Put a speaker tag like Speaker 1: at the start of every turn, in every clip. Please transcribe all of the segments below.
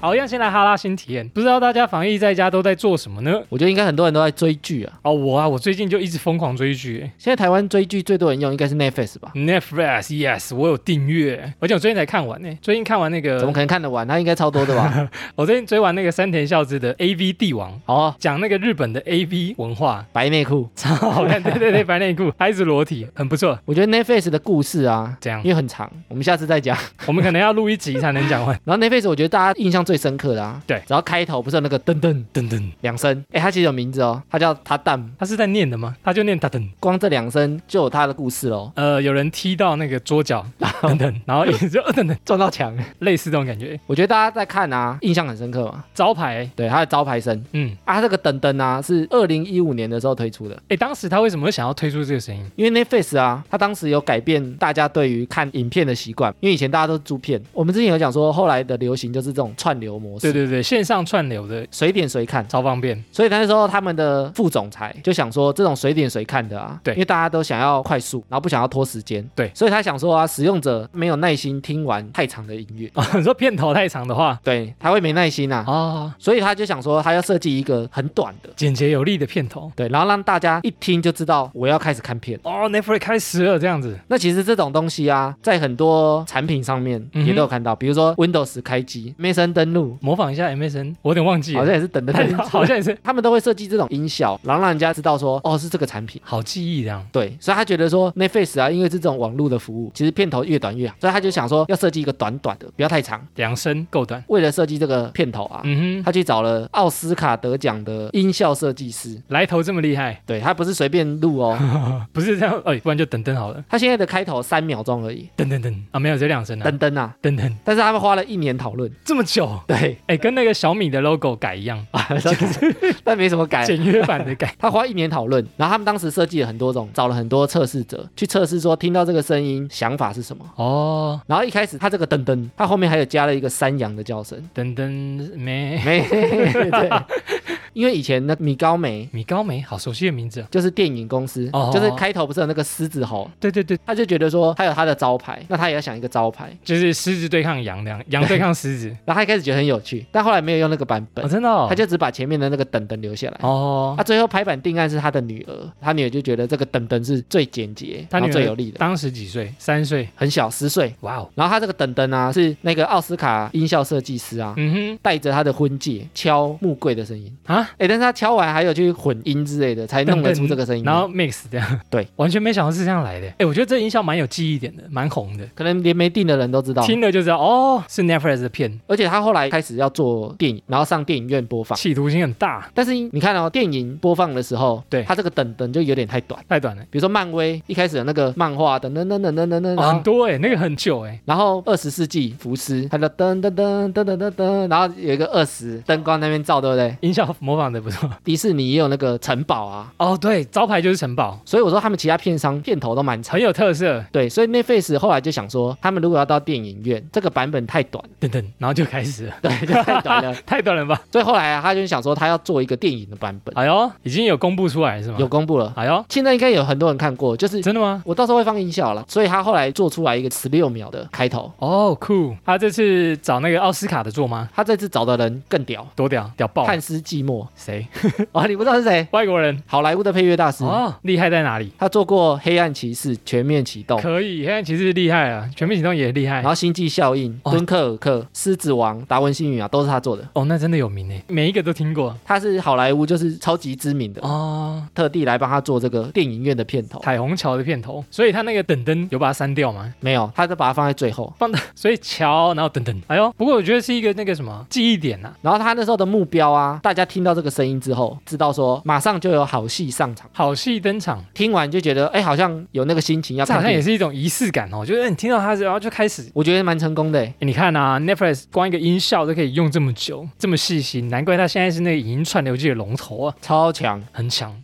Speaker 1: 好，一样先来哈拉新体验。不知道大家防疫在家都在做什么呢？
Speaker 2: 我觉得应该很多人都在追剧啊。
Speaker 1: 哦，我啊，我最近就一直疯狂追剧、欸
Speaker 2: 现在台湾追剧最多人用应该是 Netflix 吧？
Speaker 1: Netflix yes，我有订阅，而且我最近才看完呢、最近看完那个，
Speaker 2: 怎么可能看得完？它应该超多的 吧？
Speaker 1: 我最近追完那个山田孝之的 A V 帝王，
Speaker 2: 哦，
Speaker 1: 讲那个日本的 A V 文化，
Speaker 2: 白内裤。
Speaker 1: 超好看。对对对，白内裤，还是裸体，很不错。
Speaker 2: 我觉得 Netflix 的故事啊，
Speaker 1: 这样
Speaker 2: 因为很长，我们下次再讲。
Speaker 1: 我们可能要录一集才能讲完。
Speaker 2: 然后 Netflix 我觉得大家印象最深刻的啊，
Speaker 1: 对
Speaker 2: 然后开头不是有那个噔噔
Speaker 1: 噔噔，
Speaker 2: 两声，哎，它其实有名字哦，它叫它蛋，
Speaker 1: 他是在念的吗？他就念哒噔。
Speaker 2: 光这两声就有它的故事喽，
Speaker 1: 呃，有人踢到那个桌角，等等， 然后一直就呃等等，
Speaker 2: 撞到墙。
Speaker 1: 类似这种感觉。
Speaker 2: 我觉得大家在看啊，印象很深刻嘛。
Speaker 1: 招牌，
Speaker 2: 对，它的招牌声
Speaker 1: 嗯，
Speaker 2: 啊，它这个噔噔啊是二零一五年的时候推出的，
Speaker 1: 哎，当时他为什么会想要推出这个声音？
Speaker 2: 因为 Netflix 啊，它当时有改变大家对于看影片的习惯，因为以前大家都租片，我们之前有讲说，后来的流行就是这种串流模
Speaker 1: 对
Speaker 2: 式，
Speaker 1: 对对，线上串流的
Speaker 2: 随点随看。
Speaker 1: 超方便。
Speaker 2: 所以那时候他们的副总裁就想说，这种随点随看的啊，
Speaker 1: 对
Speaker 2: 因为大家都想要快速，然后不想要拖时间，
Speaker 1: 对
Speaker 2: 所以他想说啊，使用者没有耐心听完太长的音乐，
Speaker 1: 哦，你说片头太长的话，
Speaker 2: 对，他会没耐心啊，
Speaker 1: 哦，
Speaker 2: 所以他就想说，他要设计一个很短的，
Speaker 1: 简洁有力的片头。
Speaker 2: 对，然后让大家一听就知道我要开始看片。
Speaker 1: 哦，Netflix 开始了，这样子。
Speaker 2: 那其实这种东西啊，在很多产品上面
Speaker 1: 嗯哼
Speaker 2: 也都有看到，比如说 Windows 开机、Mason 登录，
Speaker 1: 模仿一下 MSN，我有点忘记
Speaker 2: 好
Speaker 1: 了，
Speaker 2: 像也是等的登 录，
Speaker 1: 好像也是
Speaker 2: 他们都会设计这种音效，然后让人家知道说，哦，是这个产品。
Speaker 1: 好记忆这样。
Speaker 2: 对，所以他觉得说 Netflix 啊，因为这种网络的服务，其实片头越短越好，所以他就想说要设计一个短短的，不要太长。
Speaker 1: 两声够短。
Speaker 2: 为了设计这个片头啊，
Speaker 1: 嗯哼，
Speaker 2: 他去找了奥斯卡得奖的音效设计师。
Speaker 1: 来头这么厉害，
Speaker 2: 对他不是随便录 哦，
Speaker 1: 不是这样，哎，不然就等等好了，
Speaker 2: 他现在的开头三秒钟而已，
Speaker 1: 等等等啊，没有这两声啊，
Speaker 2: 噔噔啊，
Speaker 1: 等等
Speaker 2: 但是他们花了一年讨论，
Speaker 1: 这么久，
Speaker 2: 对，
Speaker 1: 哎，跟那个小米的 logo 改一样，
Speaker 2: 但没什么改。
Speaker 1: 简约版的 改。
Speaker 2: 他花一年讨论，然后他们当时设计了很多种，找了很多测试者去测试说听到这个声音想法是什么。
Speaker 1: 哦，
Speaker 2: 然后一开始他这个噔噔，他后面还有加了一个山羊的叫声，
Speaker 1: 等等梅
Speaker 2: 没对，因为以前那米高梅
Speaker 1: 米高梅，好熟悉的名字啊。
Speaker 2: 就是电影公司，
Speaker 1: 哦
Speaker 2: 就是开头不是有那个狮子吼，
Speaker 1: 对对对，
Speaker 2: 他就觉得说他有他的招牌，那他也要想一个招牌，
Speaker 1: 就是狮子对抗羊，羊羊对抗狮子。
Speaker 2: 然后他一开始觉得很有趣，但后来没有用那个版本
Speaker 1: 哦，，真的哦。
Speaker 2: 他就只把前面的那个噔噔留下来。
Speaker 1: 哦
Speaker 2: 他、，最后排版定案是他的女儿，他女儿就觉得这个噔噔是最简洁，
Speaker 1: 他
Speaker 2: 然
Speaker 1: 女
Speaker 2: 后
Speaker 1: 儿
Speaker 2: 最有力的，
Speaker 1: 当时几岁？三岁。
Speaker 2: 很小十岁。
Speaker 1: 哇哦，
Speaker 2: 然后他这个噔噔啊，是那个奥斯卡音效设计师啊，
Speaker 1: 嗯
Speaker 2: 带着他的婚戒敲木柜的声音。
Speaker 1: 哼啊，
Speaker 2: 哎，但是他敲完还有去混音之类的，才哎弄得出这个声音。
Speaker 1: 然后 mix 这样，
Speaker 2: 对，
Speaker 1: 完全没想到是这样来的。哎，我觉得这音效蛮有记忆点的，蛮红的，
Speaker 2: 可能连没定的人都知道。
Speaker 1: 听了就知道哦，是 Netflix 的片，
Speaker 2: 而且他后来开始要做电影，然后上电影院播放。
Speaker 1: 企图心很大，
Speaker 2: 但是你看哦，电影播放的时候，
Speaker 1: 对
Speaker 2: 他这个等等就有点太短。
Speaker 1: 太短了，
Speaker 2: 比如说漫威一开始有那个漫画等等等等等等等，
Speaker 1: 哦
Speaker 2: 然
Speaker 1: 很
Speaker 2: 后
Speaker 1: 多哎，那个很久哎，
Speaker 2: 然后二十世纪福斯，他的噔噔噔噔噔噔噔，然后有一个二十灯光那边照，对不对？
Speaker 1: 音效 模仿的不错。
Speaker 2: 迪士尼也有那个城堡啊，
Speaker 1: 哦，对，招牌就是城堡，
Speaker 2: 所以我说他们其他片商片头都蛮长
Speaker 1: 很。有特色，
Speaker 2: 对，所以 Netflix 后来就想说，他们如果要到电影院，这个版本太短，
Speaker 1: 等等，然后就开始了，
Speaker 2: 对， 就太短了。
Speaker 1: 太短了吧？
Speaker 2: 所以后来啊，他就想说，他要做一个电影的版本，
Speaker 1: 哎呦，已经有公布出来是吗？
Speaker 2: 有，公布了。
Speaker 1: 哎呦，
Speaker 2: 现在应该有很多人看过，就是
Speaker 1: 真的吗？
Speaker 2: 我到时候会放音效了，所以他后来做出来一个十六秒的开头。
Speaker 1: 哦，酷，他这次找那个奥斯卡的做吗？
Speaker 2: 他这次找的人更屌，
Speaker 1: 多屌，屌爆了！
Speaker 2: 汉斯季默
Speaker 1: 谁？
Speaker 2: 啊，你不知道是谁？
Speaker 1: 外国人
Speaker 2: 好莱坞的配乐大师，
Speaker 1: 哦，厉害在哪里？
Speaker 2: 他做过《黑暗骑士》《全面启动》，
Speaker 1: 可以，黑暗骑士厉害啊，全面行动也厉害
Speaker 2: 然后。《星际效应》
Speaker 1: 哦
Speaker 2: 《敦刻尔克》《狮子王》《达文西语》啊，都是他做的。
Speaker 1: 哦，那真的有名诶，每一个都听过
Speaker 2: 他是好莱坞就是超级知名的，
Speaker 1: 哦。
Speaker 2: 特地来帮他做这个电影院的片头。
Speaker 1: 彩虹桥的片头，所以他那个等灯有把它删掉吗？
Speaker 2: 没有，他就把它放在最后。
Speaker 1: 放的，所以桥，然后等等，哎呦，不过我觉得是一个那个什么记忆点呐、啊，
Speaker 2: 然后他那时候的目标啊，大家听到这个声音之后，知道说马上就有好戏上场，
Speaker 1: 好戏登场，
Speaker 2: 听完就觉得哎，好像有那个心情要
Speaker 1: 这好
Speaker 2: 看
Speaker 1: 像
Speaker 2: 电
Speaker 1: 也
Speaker 2: 影。
Speaker 1: 是一种仪式感哦，就是你听到它，然后就开始。
Speaker 2: 我觉得蛮成功的欸，
Speaker 1: 哎你看啊，Netflix 光一个音效都可以用这么久，这么细心，难怪它现在是那个影音串流界的龙头啊，
Speaker 2: 超强。
Speaker 1: 很强。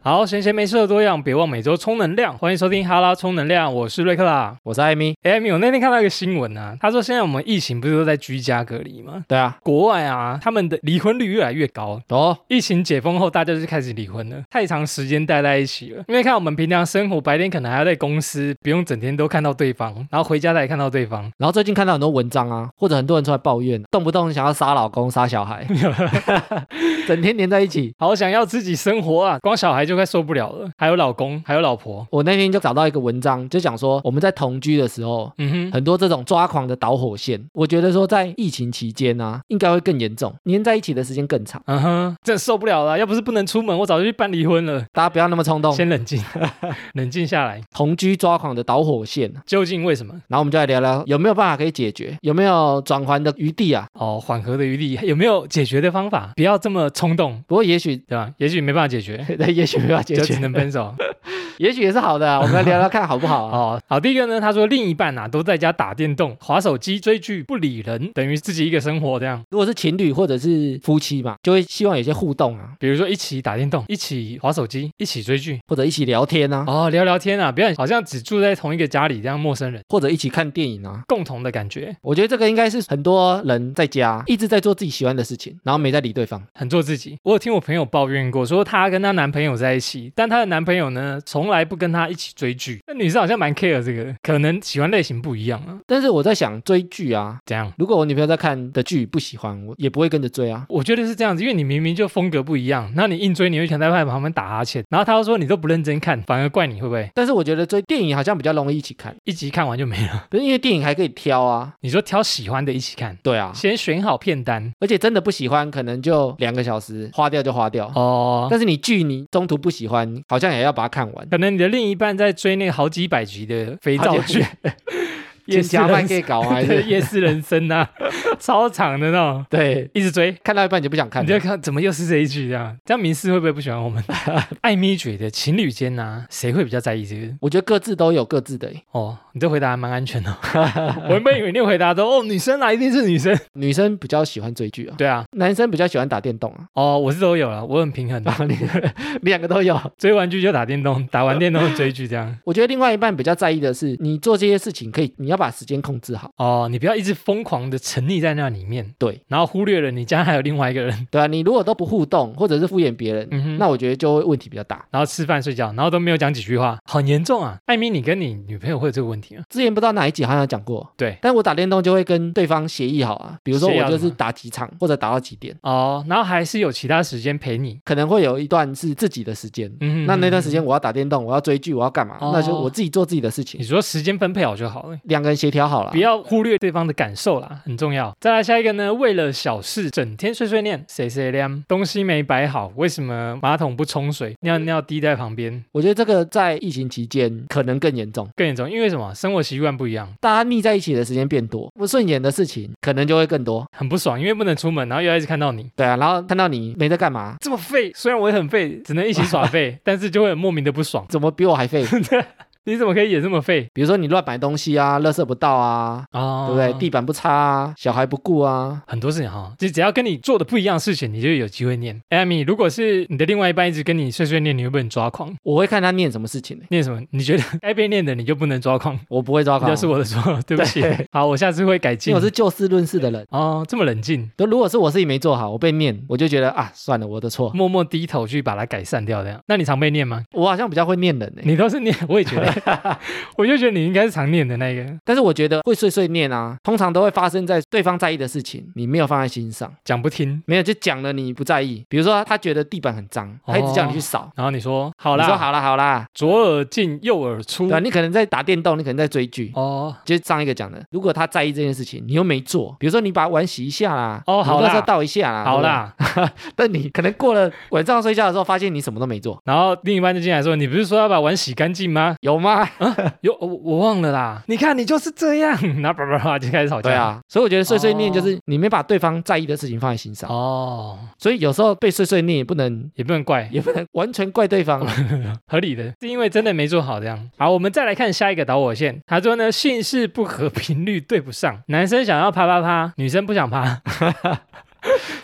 Speaker 1: 好，闲闲没事的多样，别忘每周充能量。欢迎收听哈拉充能量，我是瑞克啦。
Speaker 2: 我是艾米，
Speaker 1: 哎，米，我那天看到一个新闻啊，他说现在我们疫情不是都在居家隔离吗？
Speaker 2: 对啊，
Speaker 1: 国外啊，他们的离婚率越来越高。
Speaker 2: 哦，
Speaker 1: 疫情解封后，大家就开始离婚了。太长时间待在一起了，因为看我们平常生活，白天可能还要在公司，不用整天都看到对方，然后回家才看到对方。
Speaker 2: 然后最近看到很多文章啊，或者很多人出来抱怨，动不动想要杀老公、杀 小孩，整天黏在一起。
Speaker 1: 好想要自己生活啊，光小孩就快受不了了，还有老公，还有老婆。
Speaker 2: 我那天就找到一个文章，就讲说我们在同居的时候，
Speaker 1: 嗯哼，
Speaker 2: 很多这种抓狂的导火线。我觉得说在疫情期间啊，应该会更严重，黏在一起的时间更长。
Speaker 1: 嗯 哼，真的受不了了。要不是不能出门，我早就去办离婚了。
Speaker 2: 大家不要那么冲动，
Speaker 1: 先冷 静，冷静下来，
Speaker 2: 同居抓狂的导火线。啊
Speaker 1: 究竟为什么？
Speaker 2: 然后我们就来聊聊有没有办法可以解决，有没有转圜的余地啊？
Speaker 1: 哦，缓和的余地有没有解决的方法？不要这么冲动，
Speaker 2: 不过也许，。
Speaker 1: 对吧？也许没办法解决
Speaker 2: 也许没办法解
Speaker 1: 就只
Speaker 2: 决，
Speaker 1: 能分手
Speaker 2: 也许也是好的、啊。我们来聊聊看好不好、啊？
Speaker 1: 哦。 好，第一个呢，他说另一半啊都在家打电动、划手机、追剧、不理人，等于自己一个生活这样。
Speaker 2: 如果是情侣或者是夫妻嘛，就会希望有些互动啊，
Speaker 1: 比如说一起打电动、一起划手机、一起追剧，
Speaker 2: 或者一起聊天啊，
Speaker 1: 哦，聊聊天啊，不要好像只住在同一个家里这样陌生人，
Speaker 2: 或者一起看电影啊。
Speaker 1: 共同的感觉，
Speaker 2: 我觉得这个应该是很多人在家一直在做自己喜欢的事情，然后没在理对方。
Speaker 1: 很做自己。我有听我朋友抱怨过，说她跟她男朋友在一起，但她的男朋友呢，从来不跟她一起追剧。那女生好像蛮 care 这个的，可能喜欢类型不一样啊。
Speaker 2: 但是我在想追剧啊，
Speaker 1: 怎样？
Speaker 2: 如果我女朋友在看的剧不喜欢，我也不会跟着追啊。
Speaker 1: 我觉得是这样子，因为你明明就风格不一样，那你硬追，你会想在外面旁边打哈欠，然后他又说你都不认真看，反而怪你会不会
Speaker 2: 但是我觉得追电影好像比较容易一起看，
Speaker 1: 一集看完就没了？
Speaker 2: 可是因为电影还可以挑啊。
Speaker 1: 你说挑喜欢的一起看，
Speaker 2: 对啊，
Speaker 1: 先选好片单
Speaker 2: 而且真的不喜欢，可能就两个小时花掉就花掉。
Speaker 1: 哦。
Speaker 2: 但是你剧你中途不喜欢，好像也要把它看完。
Speaker 1: 可能你的另一半在追那个好几百集的肥皂剧，
Speaker 2: 也
Speaker 1: 夜市
Speaker 2: 加
Speaker 1: 人
Speaker 2: 班
Speaker 1: 生
Speaker 2: 可以搞 啊，还
Speaker 1: 对，
Speaker 2: 是
Speaker 1: 夜市人生啊，超长的那种，
Speaker 2: 对，
Speaker 1: 一直追，
Speaker 2: 看到一半你就不想看
Speaker 1: 你就
Speaker 2: 了。
Speaker 1: 看怎么又是这一句这样，这样明示会不会不喜欢我们？艾米觉得情侣间呐、谁会比较在意这个？
Speaker 2: 我觉得各自都有各自的欸，
Speaker 1: 哦，你这回答还蛮安全的。我原本以为你会回答说，哦，女生啊，一定是女生。
Speaker 2: 女生比较喜欢追剧啊，
Speaker 1: 对啊，
Speaker 2: 男生比较喜欢打电动啊，
Speaker 1: 哦，我是都有了，我很平衡的，
Speaker 2: 两个都有。
Speaker 1: 追完剧就打电动，打完电动就追剧这样。
Speaker 2: 我觉得另外一半比较在意的是，你做这些事情可以，你要把时间控制好。
Speaker 1: 哦，你不要一直疯狂的沉溺在那里面，
Speaker 2: 对
Speaker 1: 然后忽略了你家还有另外一个人，
Speaker 2: 对啊，你如果都不互动，或者是敷衍别人，
Speaker 1: 嗯哼
Speaker 2: 那我觉得就会问题比较大。
Speaker 1: 然后吃饭睡觉，然后都没有讲几句话，很严重啊！艾米，你跟你女朋友会有这个问题吗？
Speaker 2: 之前不知道哪一集好像有讲过，
Speaker 1: 对。
Speaker 2: 但我打电动就会跟对方协议好啊，比如说
Speaker 1: 协议
Speaker 2: 我
Speaker 1: 好
Speaker 2: 就是
Speaker 1: 什么
Speaker 2: 打几场或者打到几点，
Speaker 1: 哦，然后还是有其他时间陪你，
Speaker 2: 可能会有一段是自己的时间。
Speaker 1: 嗯
Speaker 2: 那那段时间我要打电动，我要追剧，我要干嘛？
Speaker 1: 哦
Speaker 2: 那就我自己做自己的事情
Speaker 1: 你，说时间分配好就好了。
Speaker 2: 两个人协调好了
Speaker 1: 不。要忽略对方的感受啦，很重要。再来下一个呢，为了小事整天碎碎念，谁谁亮，东西没摆好，为什么马桶不冲水，尿尿滴在旁边，
Speaker 2: 我觉得这个在疫情期间可能更严重，
Speaker 1: 更严重，因为什么？生活习惯不一样，
Speaker 2: 大家腻在一起的时间变多，不顺眼的事情可能就会更多。
Speaker 1: 很不爽，因为不能出门，然后又要一直看到你
Speaker 2: 对啊，然后看到你没在干嘛，
Speaker 1: 这么废。虽然我也很废，只能一起耍 废，但是就会很莫名的不爽。
Speaker 2: 怎么比我还废？
Speaker 1: 你怎么可以也这么废
Speaker 2: 比如说你乱买东西啊，垃圾不倒啊，
Speaker 1: 啊？
Speaker 2: 对不对？地板不擦啊，小孩不顾啊。
Speaker 1: 很多事情哈、就只要跟你做的不一样的事情，你就有机会念。艾米，如果是你的另外一半一直跟你碎碎念，你会不会很抓狂？
Speaker 2: 我会看他念什么事情呢、欸
Speaker 1: 念什么？你觉得 该被念的你就不能抓狂？
Speaker 2: 我不会抓狂
Speaker 1: 要，是我的错，对不起。好，我下次会改
Speaker 2: 因
Speaker 1: 进。
Speaker 2: 为我是就事论事的人。
Speaker 1: 哦，这么冷静，
Speaker 2: 都如果是我自己没做好，我被念，我就觉得啊，算了，我 的错。
Speaker 1: 默默低头去把它改善掉，这样。那你常被念吗？
Speaker 2: 我好像比较会念人呢、欸
Speaker 1: 你都是念，我也觉得， 我就觉得你应该是常念的那个，
Speaker 2: 但是我觉得会碎碎念啊，通常都会发生在对方在意的事情，你没有放在心上，
Speaker 1: 讲不听。
Speaker 2: 没有就讲了你不在意。比如说他觉得地板很脏，他一直叫你去扫，
Speaker 1: 然后你说哦好
Speaker 2: 你
Speaker 1: 啦，
Speaker 2: 说好啦好啦，
Speaker 1: 左耳进右耳出
Speaker 2: 对、。啊，你可能在打电动，你可能在追剧。
Speaker 1: 哦
Speaker 2: 就是上一个讲的，如果他在意这件事情，你又没做，比如说你把碗洗一下啦，
Speaker 1: 哦好啦
Speaker 2: 你垃圾倒一下啦，
Speaker 1: 好啦，
Speaker 2: 对不对，但你可能过了晚上睡觉的时候，发现你什么都没做，
Speaker 1: 然后另一半就进来说：“你不是说要把碗洗干净吗
Speaker 2: 有吗？？”
Speaker 1: 哟，我我忘了啦。你看你就是这样， 然后叭叭叭就开始吵架。
Speaker 2: 对，啊，所以我觉得碎碎念就是你没把对方在意的事情放在心上，
Speaker 1: 哦，
Speaker 2: 所以有时候被碎碎念也不能。
Speaker 1: 也不能怪，
Speaker 2: 也不能完全怪对
Speaker 1: 哦
Speaker 2: 方，
Speaker 1: 合理的，是因为真的没做好这样。好，我们再来看下一个导火线。他说呢，性事不合，频率对不上，男生想要啪啪啪，女生不想啪。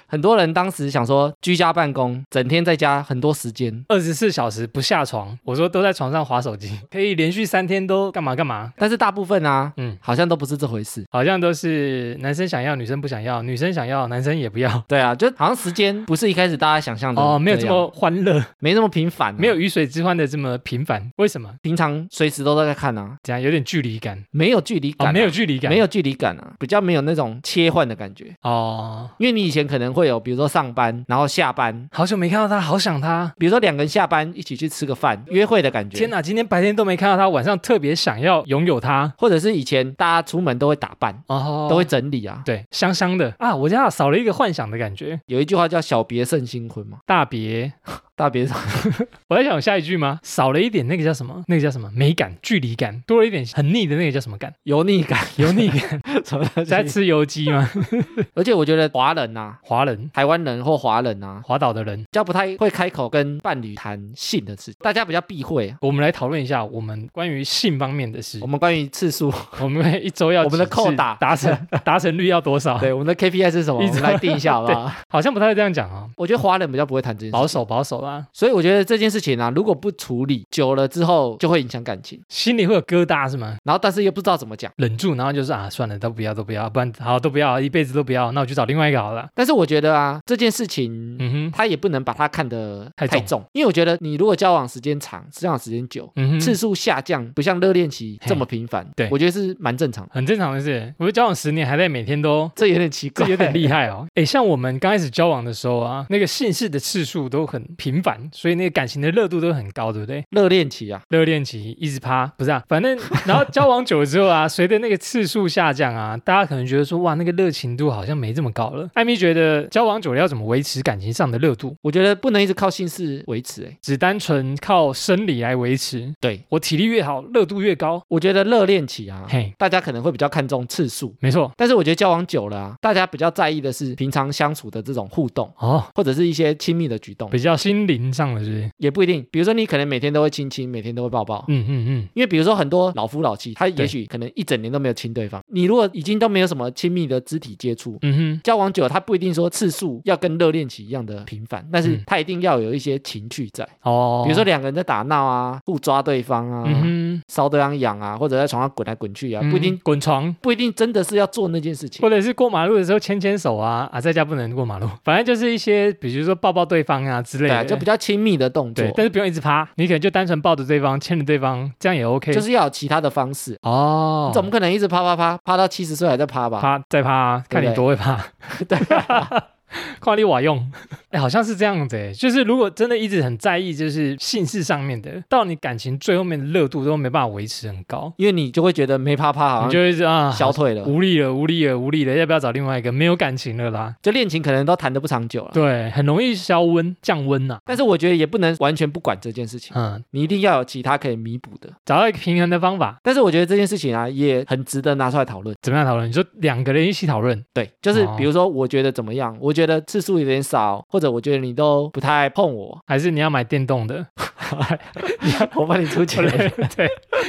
Speaker 2: 很多人当时想说居家办公，整天在家很多时间，
Speaker 1: 二十四小时不下床，我说都在床上划手机，可以连续三天都干嘛干嘛，
Speaker 2: 但是大部分啊，
Speaker 1: 嗯
Speaker 2: 嗯，好像都不是这回事。
Speaker 1: 好像都是男生想要，女生不想要，女生想要，男生也不要。
Speaker 2: 对啊，就好像时间不是一开始大家想象的
Speaker 1: 哦，没有这
Speaker 2: 样
Speaker 1: 么欢乐，
Speaker 2: 没那么频繁啊、
Speaker 1: 没有鱼水之欢的这么频繁，为什么？
Speaker 2: 平常随时都在看啊，
Speaker 1: 这样有点距离感
Speaker 2: 没有距离
Speaker 1: 哦，
Speaker 2: 感、啊
Speaker 1: 没有距离感，
Speaker 2: 没有距离感啊，比较没有那种切换的感觉。
Speaker 1: 哦。
Speaker 2: 因为你以前可能会有，比如说上班，然后下班，
Speaker 1: 好久没看到他，好想他。
Speaker 2: 比如说两个人下班一起去吃个饭，约会的感觉。
Speaker 1: 天哪，今天白天都没看到他，晚上特别想要拥有他。
Speaker 2: 或者是以前大家出门都会打扮，
Speaker 1: 哦，
Speaker 2: 都会整理啊。
Speaker 1: 对香香的啊，我家少了一个幻想的感觉。
Speaker 2: 有一句话叫“小别胜新婚”嘛，
Speaker 1: 大别，
Speaker 2: 大别胜
Speaker 1: 我在想有下一句吗？少了一点那个叫什么？那个叫什么？美感、距离感，多了一点很腻的那个叫什么 感？
Speaker 2: 油腻感
Speaker 1: 油腻感。
Speaker 2: 什么东西
Speaker 1: 在吃油鸡吗？
Speaker 2: 而且我觉得华人呐、
Speaker 1: 华人。
Speaker 2: 台湾人或华人啊，
Speaker 1: 滑倒的人
Speaker 2: 比，较不太会开口跟伴侣谈性的事情，大家比较避讳、啊。
Speaker 1: 我们来讨论一下我们关于性方面的事
Speaker 2: 我。们关于次数，
Speaker 1: 我们会一周要
Speaker 2: 我们的
Speaker 1: 几次
Speaker 2: 扣打
Speaker 1: 达成达成率要多少？
Speaker 2: 对我们的 KPI 是什么？我
Speaker 1: 一直
Speaker 2: 们来定一下好不 好？
Speaker 1: 好像不太会这样讲啊，
Speaker 2: 我觉得华人比较不会谈这件
Speaker 1: 保
Speaker 2: 事，
Speaker 1: 守保守啦，
Speaker 2: 所以我觉得这件事情啊，如果不处理久了之后，就会影响感情，
Speaker 1: 心里会有疙瘩是吗？
Speaker 2: 然后但是又不知道怎么讲。
Speaker 1: 忍住，然后就是啊，算了，都不要，都不要，不然好都不要，一辈子都不要，那我去找另外一个好了。
Speaker 2: 但是我觉得啊，这件事情
Speaker 1: 嗯哼，
Speaker 2: 他也不能把它看得
Speaker 1: 太
Speaker 2: 太
Speaker 1: 重
Speaker 2: 重，因为我觉得你如果交往时间长，交往时间久，
Speaker 1: 嗯哼，
Speaker 2: 次数下降，不像热恋期这么频繁，
Speaker 1: 对
Speaker 2: 我觉得是蛮正常的。
Speaker 1: 很正常的事。我们交往十年还在每天都。
Speaker 2: 这有点奇
Speaker 1: 这
Speaker 2: 怪，
Speaker 1: 有点厉害哦， 哎，像我们刚开始交往的时候啊，那个姓氏的次数都很频繁，所以那个感情的热度都很高，对不对？
Speaker 2: 热恋期啊，
Speaker 1: 热恋期一直趴，不是啊， 反正然后交往久了之后啊， 随着那个次数下降啊，大家可能觉得说哇，那个热情度好像没这么高了。艾米觉得交往久了要怎么维持感情上的热度？
Speaker 2: 我觉得不能一直靠姓氏维持、欸。哎，
Speaker 1: 只单纯靠生理来维持，
Speaker 2: 对，
Speaker 1: 我体力越好，热度越高。
Speaker 2: 我觉得热恋期啊，
Speaker 1: 嘿，
Speaker 2: 大家可能会比较看重次数，
Speaker 1: 没错，
Speaker 2: 但是我觉得交往久了啊，大家比较在意的是平常相处的这种互动。
Speaker 1: 哦，
Speaker 2: 或者是一些亲密的举动，
Speaker 1: 比较心灵上的是不是？
Speaker 2: 也不一定。比如说，你可能每天都会亲亲，每天都会抱抱，
Speaker 1: 嗯嗯嗯，
Speaker 2: 因为比如说很多老夫老妻，他
Speaker 1: 对
Speaker 2: 也许可能一整年都没有亲对方。你如果已经都没有什么亲密的肢体接触，
Speaker 1: 嗯
Speaker 2: 交往久了，他不一定说次数要跟热恋期一样的频繁，但是
Speaker 1: 嗯
Speaker 2: 他一定要有一些情趣在，
Speaker 1: 哼，哦，
Speaker 2: 比如说，两个人在打闹啊，互抓对方啊，
Speaker 1: 嗯
Speaker 2: 搔对方痒啊，或者在床上滚来滚去啊，
Speaker 1: 哼，
Speaker 2: 不一定
Speaker 1: 嗯滚床。
Speaker 2: 不一定真的是要做那件事情
Speaker 1: 或。者是过马路的时候牵牵手啊啊，在家不能过马路，反正就是一些，比如说抱抱对方啊之类
Speaker 2: 对啊、
Speaker 1: 的，
Speaker 2: 就比较亲密的动作
Speaker 1: 对，，但是不用一直趴，你可能就单纯抱着对方，牵着对方，这样也 OK。
Speaker 2: 就是要有其他的方式。
Speaker 1: 哦
Speaker 2: 你，总不可能一直趴趴趴趴到七十岁还在趴吧？
Speaker 1: 趴再趴啊，
Speaker 2: 对
Speaker 1: 看
Speaker 2: 不对
Speaker 1: 你多会趴。
Speaker 2: 对啊、
Speaker 1: 跨立瓦用，哎，好像是这样子哎，就是如果真的一直很在意，就是性事上面的，到你感情最后面的热度都没办法维持很高，
Speaker 2: 因为你就会觉得没趴趴好
Speaker 1: 你就
Speaker 2: 像
Speaker 1: 会一直啊，
Speaker 2: 小腿了，
Speaker 1: 无力了，无力了，无力了，要不要找另外一个？没有感情了啦，
Speaker 2: 就恋情可能都谈得不长久了。
Speaker 1: 对，很容易消温降温呐、
Speaker 2: 但是我觉得也不能完全不管这件事情，
Speaker 1: 嗯，
Speaker 2: 你一定要有其他可以弥补的。
Speaker 1: 找到一个平衡的方法，
Speaker 2: 但是我觉得这件事情啊，也很值得拿出来讨论。
Speaker 1: 怎么样讨论？你说两个人一起讨论，
Speaker 2: 对，就是
Speaker 1: 哦
Speaker 2: 比如说，我觉得怎么样？我觉得次数有点少，或者我觉得你都不太碰 我，
Speaker 1: 还是你要买电动 的？
Speaker 2: 我帮你出钱。
Speaker 1: 对，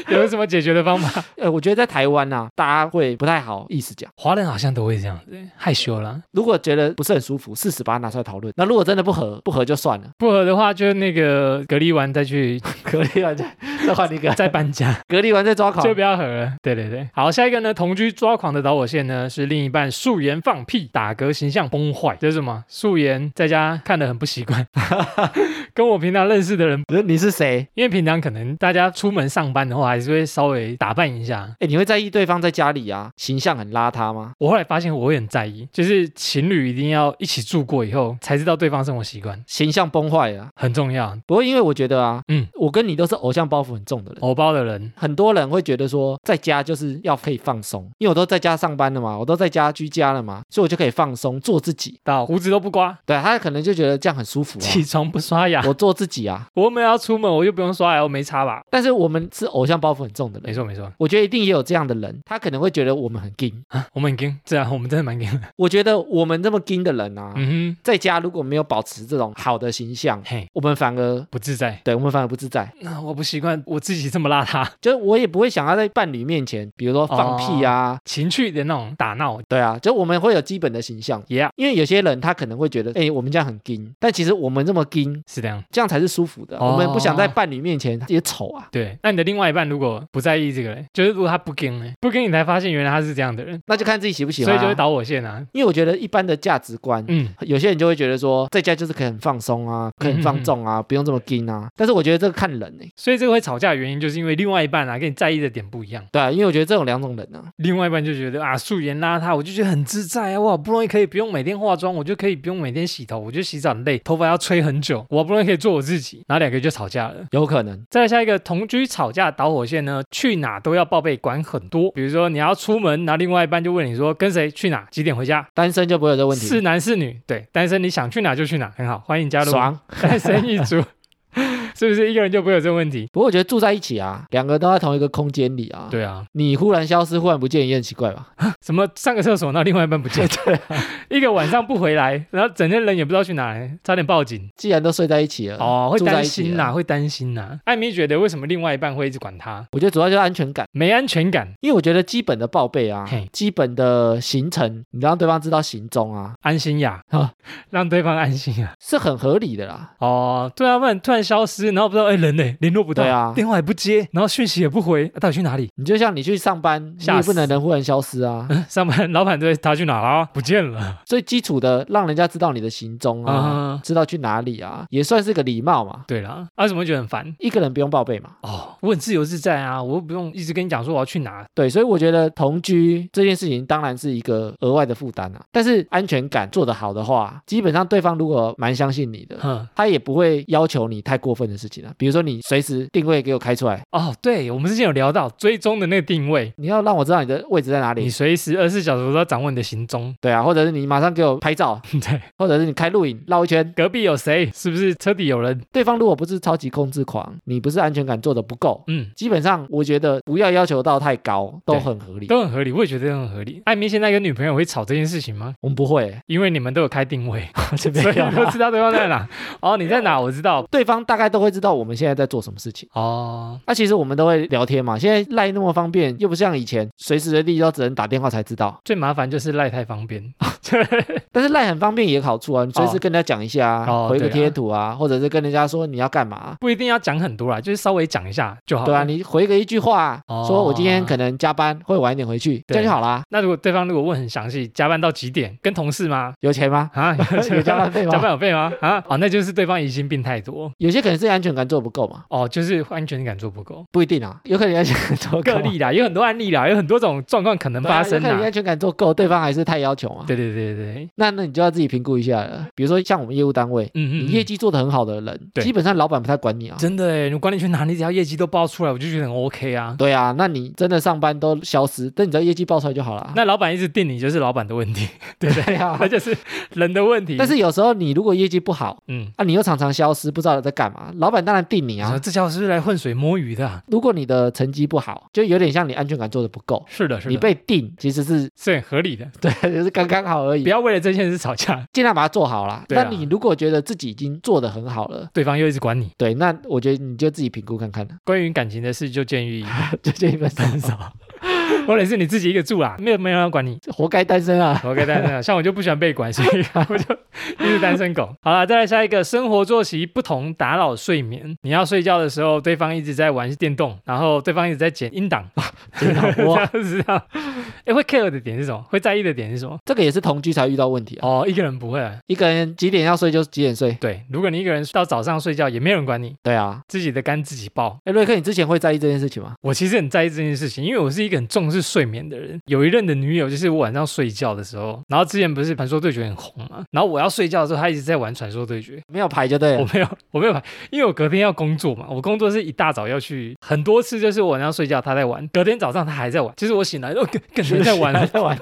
Speaker 1: 有没有什么解决的方法？
Speaker 2: 呃，我觉得在台湾啊，大家会不太好意思讲。
Speaker 1: 华人好像都会这样子，害羞啦。
Speaker 2: 如果觉得不是很舒服，试试把它拿出来讨论。那如果真的不合，不合就算了。
Speaker 1: 不合的话，就那个隔离完再去 ，
Speaker 2: 隔离完再 再换一个
Speaker 1: 再搬家，
Speaker 2: 隔离完再抓狂
Speaker 1: 就。不要合了。对对对，好，下一个呢，同居抓狂的导火线呢是另一半素颜放屁，打嗝形象崩坏。这是什么？素颜在家看得很不习惯， 跟我平常认识的人，
Speaker 2: 你你是谁？
Speaker 1: 因为平常可能大家出门上班的话，还是会稍微打扮一下。
Speaker 2: 哎，你会在意对方在家里啊形象很邋遢吗？
Speaker 1: 我后来发现我会很在意，就是情侣一定要一起住过以后，才知道对方生活习惯，
Speaker 2: 形象崩坏了啊。
Speaker 1: 很重要。
Speaker 2: 不过因为我觉得啊，
Speaker 1: 嗯哦
Speaker 2: 嗯，我跟你都是偶像包袱很重的人。
Speaker 1: 偶包的人，
Speaker 2: 很多人会觉得说，在家就是要可以放松，因为我都在家上班了嘛，我都在家居家了嘛，所以我就可以放松做自己。
Speaker 1: 到胡子都不刮，
Speaker 2: 对他可能就觉得这样很舒服啊，
Speaker 1: 起床不刷牙，
Speaker 2: 我做自己啊，
Speaker 1: 我们要要出门，我就不用刷牙，我没差吧？
Speaker 2: 但是我们是偶像包袱很重的
Speaker 1: 没
Speaker 2: 人，
Speaker 1: 错没错，
Speaker 2: 我觉得一定也有这样的人，他可能会觉得我们很硬。
Speaker 1: 我们很硬，这样我们真的蛮硬的。
Speaker 2: 我觉得我们这么硬的人啊，
Speaker 1: 嗯
Speaker 2: 在家如果没有保持这种好的形象
Speaker 1: 哼，，嘿，
Speaker 2: 我们反而
Speaker 1: 不自在。
Speaker 2: 对我们反而不自在。
Speaker 1: 那我不习惯我自己这么邋遢，
Speaker 2: 就是我也不会想要在伴侣面前，比如说放屁啊，
Speaker 1: 情趣的那种打闹。
Speaker 2: 对啊，就我们会有基本的形象。
Speaker 1: Yeah，
Speaker 2: 因为有些人他可能会觉得，哎、我们这样很硬，但其实我们这么硬，
Speaker 1: 是这样。
Speaker 2: 这样才是舒服的。
Speaker 1: 哦
Speaker 2: 我们不想在伴侣面前也丑啊，
Speaker 1: 对，那你的另外一半如果不在意这个嘞，就是如果他不跟嘞，不跟你才发现原来他是这样的人，
Speaker 2: 那就看自己喜不喜
Speaker 1: 所
Speaker 2: 欢、
Speaker 1: 以就会，导火线啊。
Speaker 2: 因为我觉得一般的价值观。
Speaker 1: 嗯，
Speaker 2: 有些人就会觉得说，在家就是可以很放松啊，可以很放纵
Speaker 1: 嗯
Speaker 2: 啊，不用这么硬啊。但是我觉得这个看人欸呢、
Speaker 1: 所以这个会吵架的原因就是因为另外一半啊跟你在意的点不一样，
Speaker 2: 对啊，因为我觉得这种两种人呢、
Speaker 1: 另外一半就觉得啊素颜邋遢，我就觉得很自在啊，我好不容易可以不用每天化妆，我就可以不用每天洗头，我觉得洗澡很累，头发要吹很久，我好不容易可以做我自己， 然后两个就吵架了。
Speaker 2: 有可能
Speaker 1: 再来下一个同居吵架导火线呢，去哪都要报备，管很多。比如说你要出门，然后另外一半就问你说跟谁去哪，几点回家，
Speaker 2: 单身就不会有这个问题，
Speaker 1: 是男是女，对，单身你想去哪就去哪，很好，欢迎加入
Speaker 2: 爽。
Speaker 1: 单身一族，是不是一个人就不会有这个问题？
Speaker 2: 不过我觉得住在一起啊，两个人都在同一个空间里啊，
Speaker 1: 对啊，
Speaker 2: 你忽然消失，忽然不见，也很奇怪吧？
Speaker 1: 什么上个厕所，那另外一半不 见，
Speaker 2: 啊
Speaker 1: 一个晚上不回来，然后整天人也不知道去哪里，差点报警
Speaker 2: 既然都睡在一起了，
Speaker 1: 哦，会
Speaker 2: 啊住在
Speaker 1: 担
Speaker 2: 一起
Speaker 1: 心呐、
Speaker 2: 了
Speaker 1: 会担心呐、艾米觉得为什么另外一半会一直管他，
Speaker 2: 我觉得主要就是安全感，
Speaker 1: 没安全感，
Speaker 2: 因为我觉得基本的报备啊
Speaker 1: 嘿，
Speaker 2: 基本的行程，你让对方知道行踪啊，
Speaker 1: 安心呀，
Speaker 2: 啊
Speaker 1: 让对方安心呀。
Speaker 2: 是很合理的啦。
Speaker 1: 哦，对啊，不然突然消失，然后不知道哎人呢，联络不到，
Speaker 2: 对啊
Speaker 1: 电话也不接，然后讯息也不回，啊到底去哪里？
Speaker 2: 你就像你去上班，你
Speaker 1: 吓
Speaker 2: 也
Speaker 1: 死
Speaker 2: 不能人忽然消失 啊，
Speaker 1: 上班老板对他去哪了啊？不见了
Speaker 2: 最基础的让人家知道你的行踪啊，
Speaker 1: 啊。
Speaker 2: 知道去哪里啊，也算是个礼貌嘛。
Speaker 1: 对啦，啊，为什么会觉得很烦？
Speaker 2: 一个人不用报备嘛，
Speaker 1: 哦，我很自由自在啊，我又不用一直跟你讲说我要去哪。
Speaker 2: 对，所以我觉得同居这件事情当然是一个额外的负担啊，但是安全感做得好的话，基本上对方如果蛮相信你的，
Speaker 1: 哼，
Speaker 2: 他也不会要求你太过分的事情啊，比如说你随时定位给我开出来，
Speaker 1: 哦，对，我们之前有聊到追踪的那个定位，
Speaker 2: 你要让我知道你的位置在哪
Speaker 1: 你
Speaker 2: 里，
Speaker 1: 随时二十四小时都要掌握你的行踪。
Speaker 2: 对啊，或者是你马上给我拍照，
Speaker 1: 对，
Speaker 2: 或者是你开录影绕一圈。
Speaker 1: 隔壁有谁？是不是车底有人？
Speaker 2: 对方如果不是超级控制狂，你不是安全感做的不够，
Speaker 1: 嗯，
Speaker 2: 基本上我觉得不要要求到太高，都
Speaker 1: 对
Speaker 2: 很合理。
Speaker 1: 都很合理，我也觉得很合理。艾米现在跟女朋友会吵这件事情吗？
Speaker 2: 我们不会、 欸，
Speaker 1: 因为你们都有开定 位，
Speaker 2: 这
Speaker 1: 所以都知道对方在哪。哦，你在哪？我知道。
Speaker 2: 对方大概都会知道我们现在在做什么事情。
Speaker 1: 哦，
Speaker 2: 那、其实我们都会聊天嘛，现在赖那么方便，又不像以前随时随地都只能打电话才知道。
Speaker 1: 最麻烦就是赖太方便。
Speaker 2: 但是赖很方便也有好处啊，你随时跟人家讲一下啊，
Speaker 1: 哦
Speaker 2: 回个
Speaker 1: 对啊
Speaker 2: 贴图啊，或者是跟人家说你要干嘛、啊
Speaker 1: 不一定要讲很多啦，就是稍微讲一下就好。
Speaker 2: 对啊，，你回个一句话，
Speaker 1: 哦
Speaker 2: 说我今天可能加班会晚一点回去，这
Speaker 1: 对
Speaker 2: 样就好啦。
Speaker 1: 那如果对方如果问很详细，加班到几点，跟同事吗？
Speaker 2: 有 钱吗？
Speaker 1: 啊，
Speaker 2: 有加班费吗
Speaker 1: 加班有费吗？啊，哦，那就是对方疑心病太多，
Speaker 2: 有些可能是安全感做不够嘛，
Speaker 1: 哦，就是安全感做不够。
Speaker 2: 不一定啊，有可能安全感做
Speaker 1: 个
Speaker 2: 够
Speaker 1: 例啦， 有很多案例啦，有很多种状况可能
Speaker 2: 对啊
Speaker 1: 发生
Speaker 2: 有可能
Speaker 1: 啦
Speaker 2: 安。全感做够，对方还是太要求嘛。
Speaker 1: 对对对对，
Speaker 2: 那那你就要自己评估一下了。比如说像我们业务单位，
Speaker 1: 嗯
Speaker 2: 你
Speaker 1: 嗯
Speaker 2: 业
Speaker 1: 嗯。
Speaker 2: 绩做得很好的人，
Speaker 1: 对
Speaker 2: 基本上老板不太管你啊。
Speaker 1: 真的哎，你管你去哪，你只要业绩都报出来，我就觉得很 OK 啊。
Speaker 2: 对啊，那你真的上班都消失，但你只要业绩报出来就好了。
Speaker 1: 那老板一直定你，就是老板的问题，对 不对？
Speaker 2: 对啊
Speaker 1: 那， 就是人的问题。
Speaker 2: 但是有时候你如果业绩不好
Speaker 1: 嗯，
Speaker 2: 啊，你又常常消失，不知道在干嘛，老板当然定你
Speaker 1: 你说
Speaker 2: 啊。
Speaker 1: 这家伙是不是来混水摸鱼的啊？
Speaker 2: 如果你的成绩不好，就有点像你安全感做的不够，
Speaker 1: 是的，是
Speaker 2: 你
Speaker 1: 的，
Speaker 2: 被定其实是
Speaker 1: 是很合理的。
Speaker 2: 对，就是刚刚好而
Speaker 1: 不
Speaker 2: 已，
Speaker 1: 要为了这件事吵架，
Speaker 2: 尽量把它做好啦。
Speaker 1: 对啊
Speaker 2: 那你如果觉得自己已经做得很好了，
Speaker 1: 对方又一直管你。
Speaker 2: 对，那我觉得你就自己评估看 看啦，
Speaker 1: 关于感情的事，就建议
Speaker 2: 就这一份
Speaker 1: 分 手，或者是你自己一个住啦，没有没有人要管你。
Speaker 2: 活该单身 啊。
Speaker 1: 我该单身啊，像我就不喜欢被管，所以 我就一直单身狗。好了，再来下一个，生活作息不同打扰睡眠。你要睡觉的时候，对方一直在玩电动，然后对方一直在剪音档，
Speaker 2: 剪脑波
Speaker 1: 这样子啊。哎，会 care 的点是什么？会在意的点是什么？
Speaker 2: 这个也是同居才遇到问题啊。
Speaker 1: 哦，一个人不会啊。
Speaker 2: 一个人几点要睡就几点睡，
Speaker 1: 对，如果你一个人到早上睡觉，也没有人管你，
Speaker 2: 对啊。
Speaker 1: 自己的肝自己爆。
Speaker 2: 哎，瑞克，你之前会在意这件事情吗？
Speaker 1: 我其实很在意这件事情，因为我是一个很重视睡眠的人。有一任的女友，就是我晚上睡觉的时候，然后之前不是《传说对决》很红嘛，然后我要睡觉的时候，她一直在玩《传说对决》，
Speaker 2: 没有牌就对
Speaker 1: 我
Speaker 2: 了。
Speaker 1: 没有， 我没有玩，因为我隔天要工作嘛，我工作是一大早要去，很多次 就是我晚上睡觉她在玩，隔天早上她还在玩，就是我醒来哦，更更在玩了。
Speaker 2: 在玩，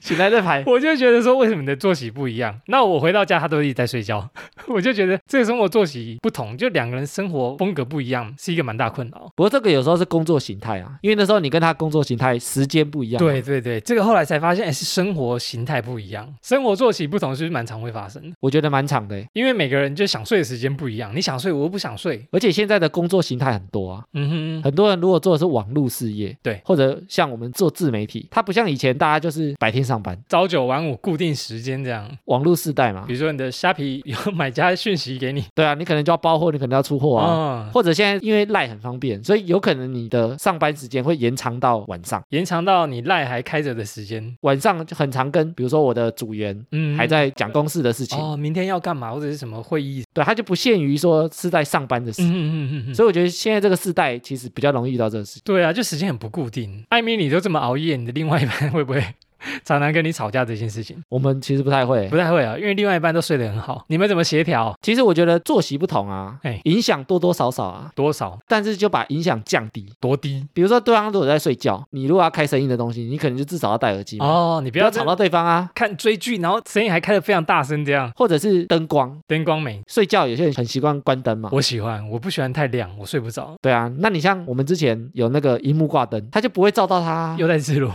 Speaker 2: 醒来再排。
Speaker 1: 我就觉得说，为什么你的作息不一样？那我回到家，他都一直在睡觉， 我就觉得这个生活作息不同，就两个人生活风格不一样，是一个蛮大困扰。
Speaker 2: 不过这个有时候是工作形态啊，因为那时候你跟他工作形态时间不一样。
Speaker 1: 对，对对，这个后来才发现，哎，是生活形态不一样，生活作息不同，是不是蛮常会发生的？
Speaker 2: 我觉得蛮长的欸，
Speaker 1: 因为每个人就想睡的时间不一样，你想睡，我又不想睡。
Speaker 2: 而且现在的工作形态很多啊，
Speaker 1: 嗯哼，
Speaker 2: 很多人如果做的是网络事业，
Speaker 1: 对
Speaker 2: 或者像我们做自媒体，它不像以前大家就是白天上班，
Speaker 1: 朝九晚五，固定时间这样。
Speaker 2: 网络世代嘛
Speaker 1: 比，如说你的虾皮有买家讯息给你，
Speaker 2: 对啊，你可能就要包货，你可能要出货啊。
Speaker 1: 嗯，
Speaker 2: 或者现在因为赖很方便，所以有可能你的上班时间会延长到晚上，
Speaker 1: 延长到你赖还开着的时间，
Speaker 2: 晚上就很常跟比如说我的组员
Speaker 1: 嗯，
Speaker 2: 还在讲公事的事情，
Speaker 1: 哦，明天要干嘛或者是什么会议，
Speaker 2: 对，它就不限于说是在上班的
Speaker 1: 嗯
Speaker 2: 事，
Speaker 1: 嗯嗯嗯嗯。
Speaker 2: 所以我觉得现在这个世代其实比较容易遇到这个事情。
Speaker 1: 对啊，就时间很不固定。艾米，你都这么熬夜，你的另外一半会不 会常常跟你吵架这件事情？
Speaker 2: 我们其实不太会
Speaker 1: 不，太会啊，因为另外一半都睡得很好。你们怎么协调？
Speaker 2: 其实我觉得作息不同啊
Speaker 1: 哎，
Speaker 2: 影响多多少少啊，
Speaker 1: 多少
Speaker 2: 但是就把影响降低。
Speaker 1: 多低？
Speaker 2: 比如说对方如果在睡觉，你如果要开声音的东西，你可能就至少要戴耳机嘛，
Speaker 1: 哦，你不
Speaker 2: 不要
Speaker 1: 要
Speaker 2: 吵
Speaker 1: 吵
Speaker 2: 到
Speaker 1: 到
Speaker 2: 对方啊，
Speaker 1: 看追剧，然后声音还开得非常大声，这样
Speaker 2: 或者是灯光。
Speaker 1: 灯光美。
Speaker 2: 睡觉有些人很习惯关灯嘛，
Speaker 1: 我喜欢，我不喜欢太亮，我睡不着。
Speaker 2: 对啊，那你像我们之前有那个荧幕挂灯，它就不会照到他啊、
Speaker 1: 又在自如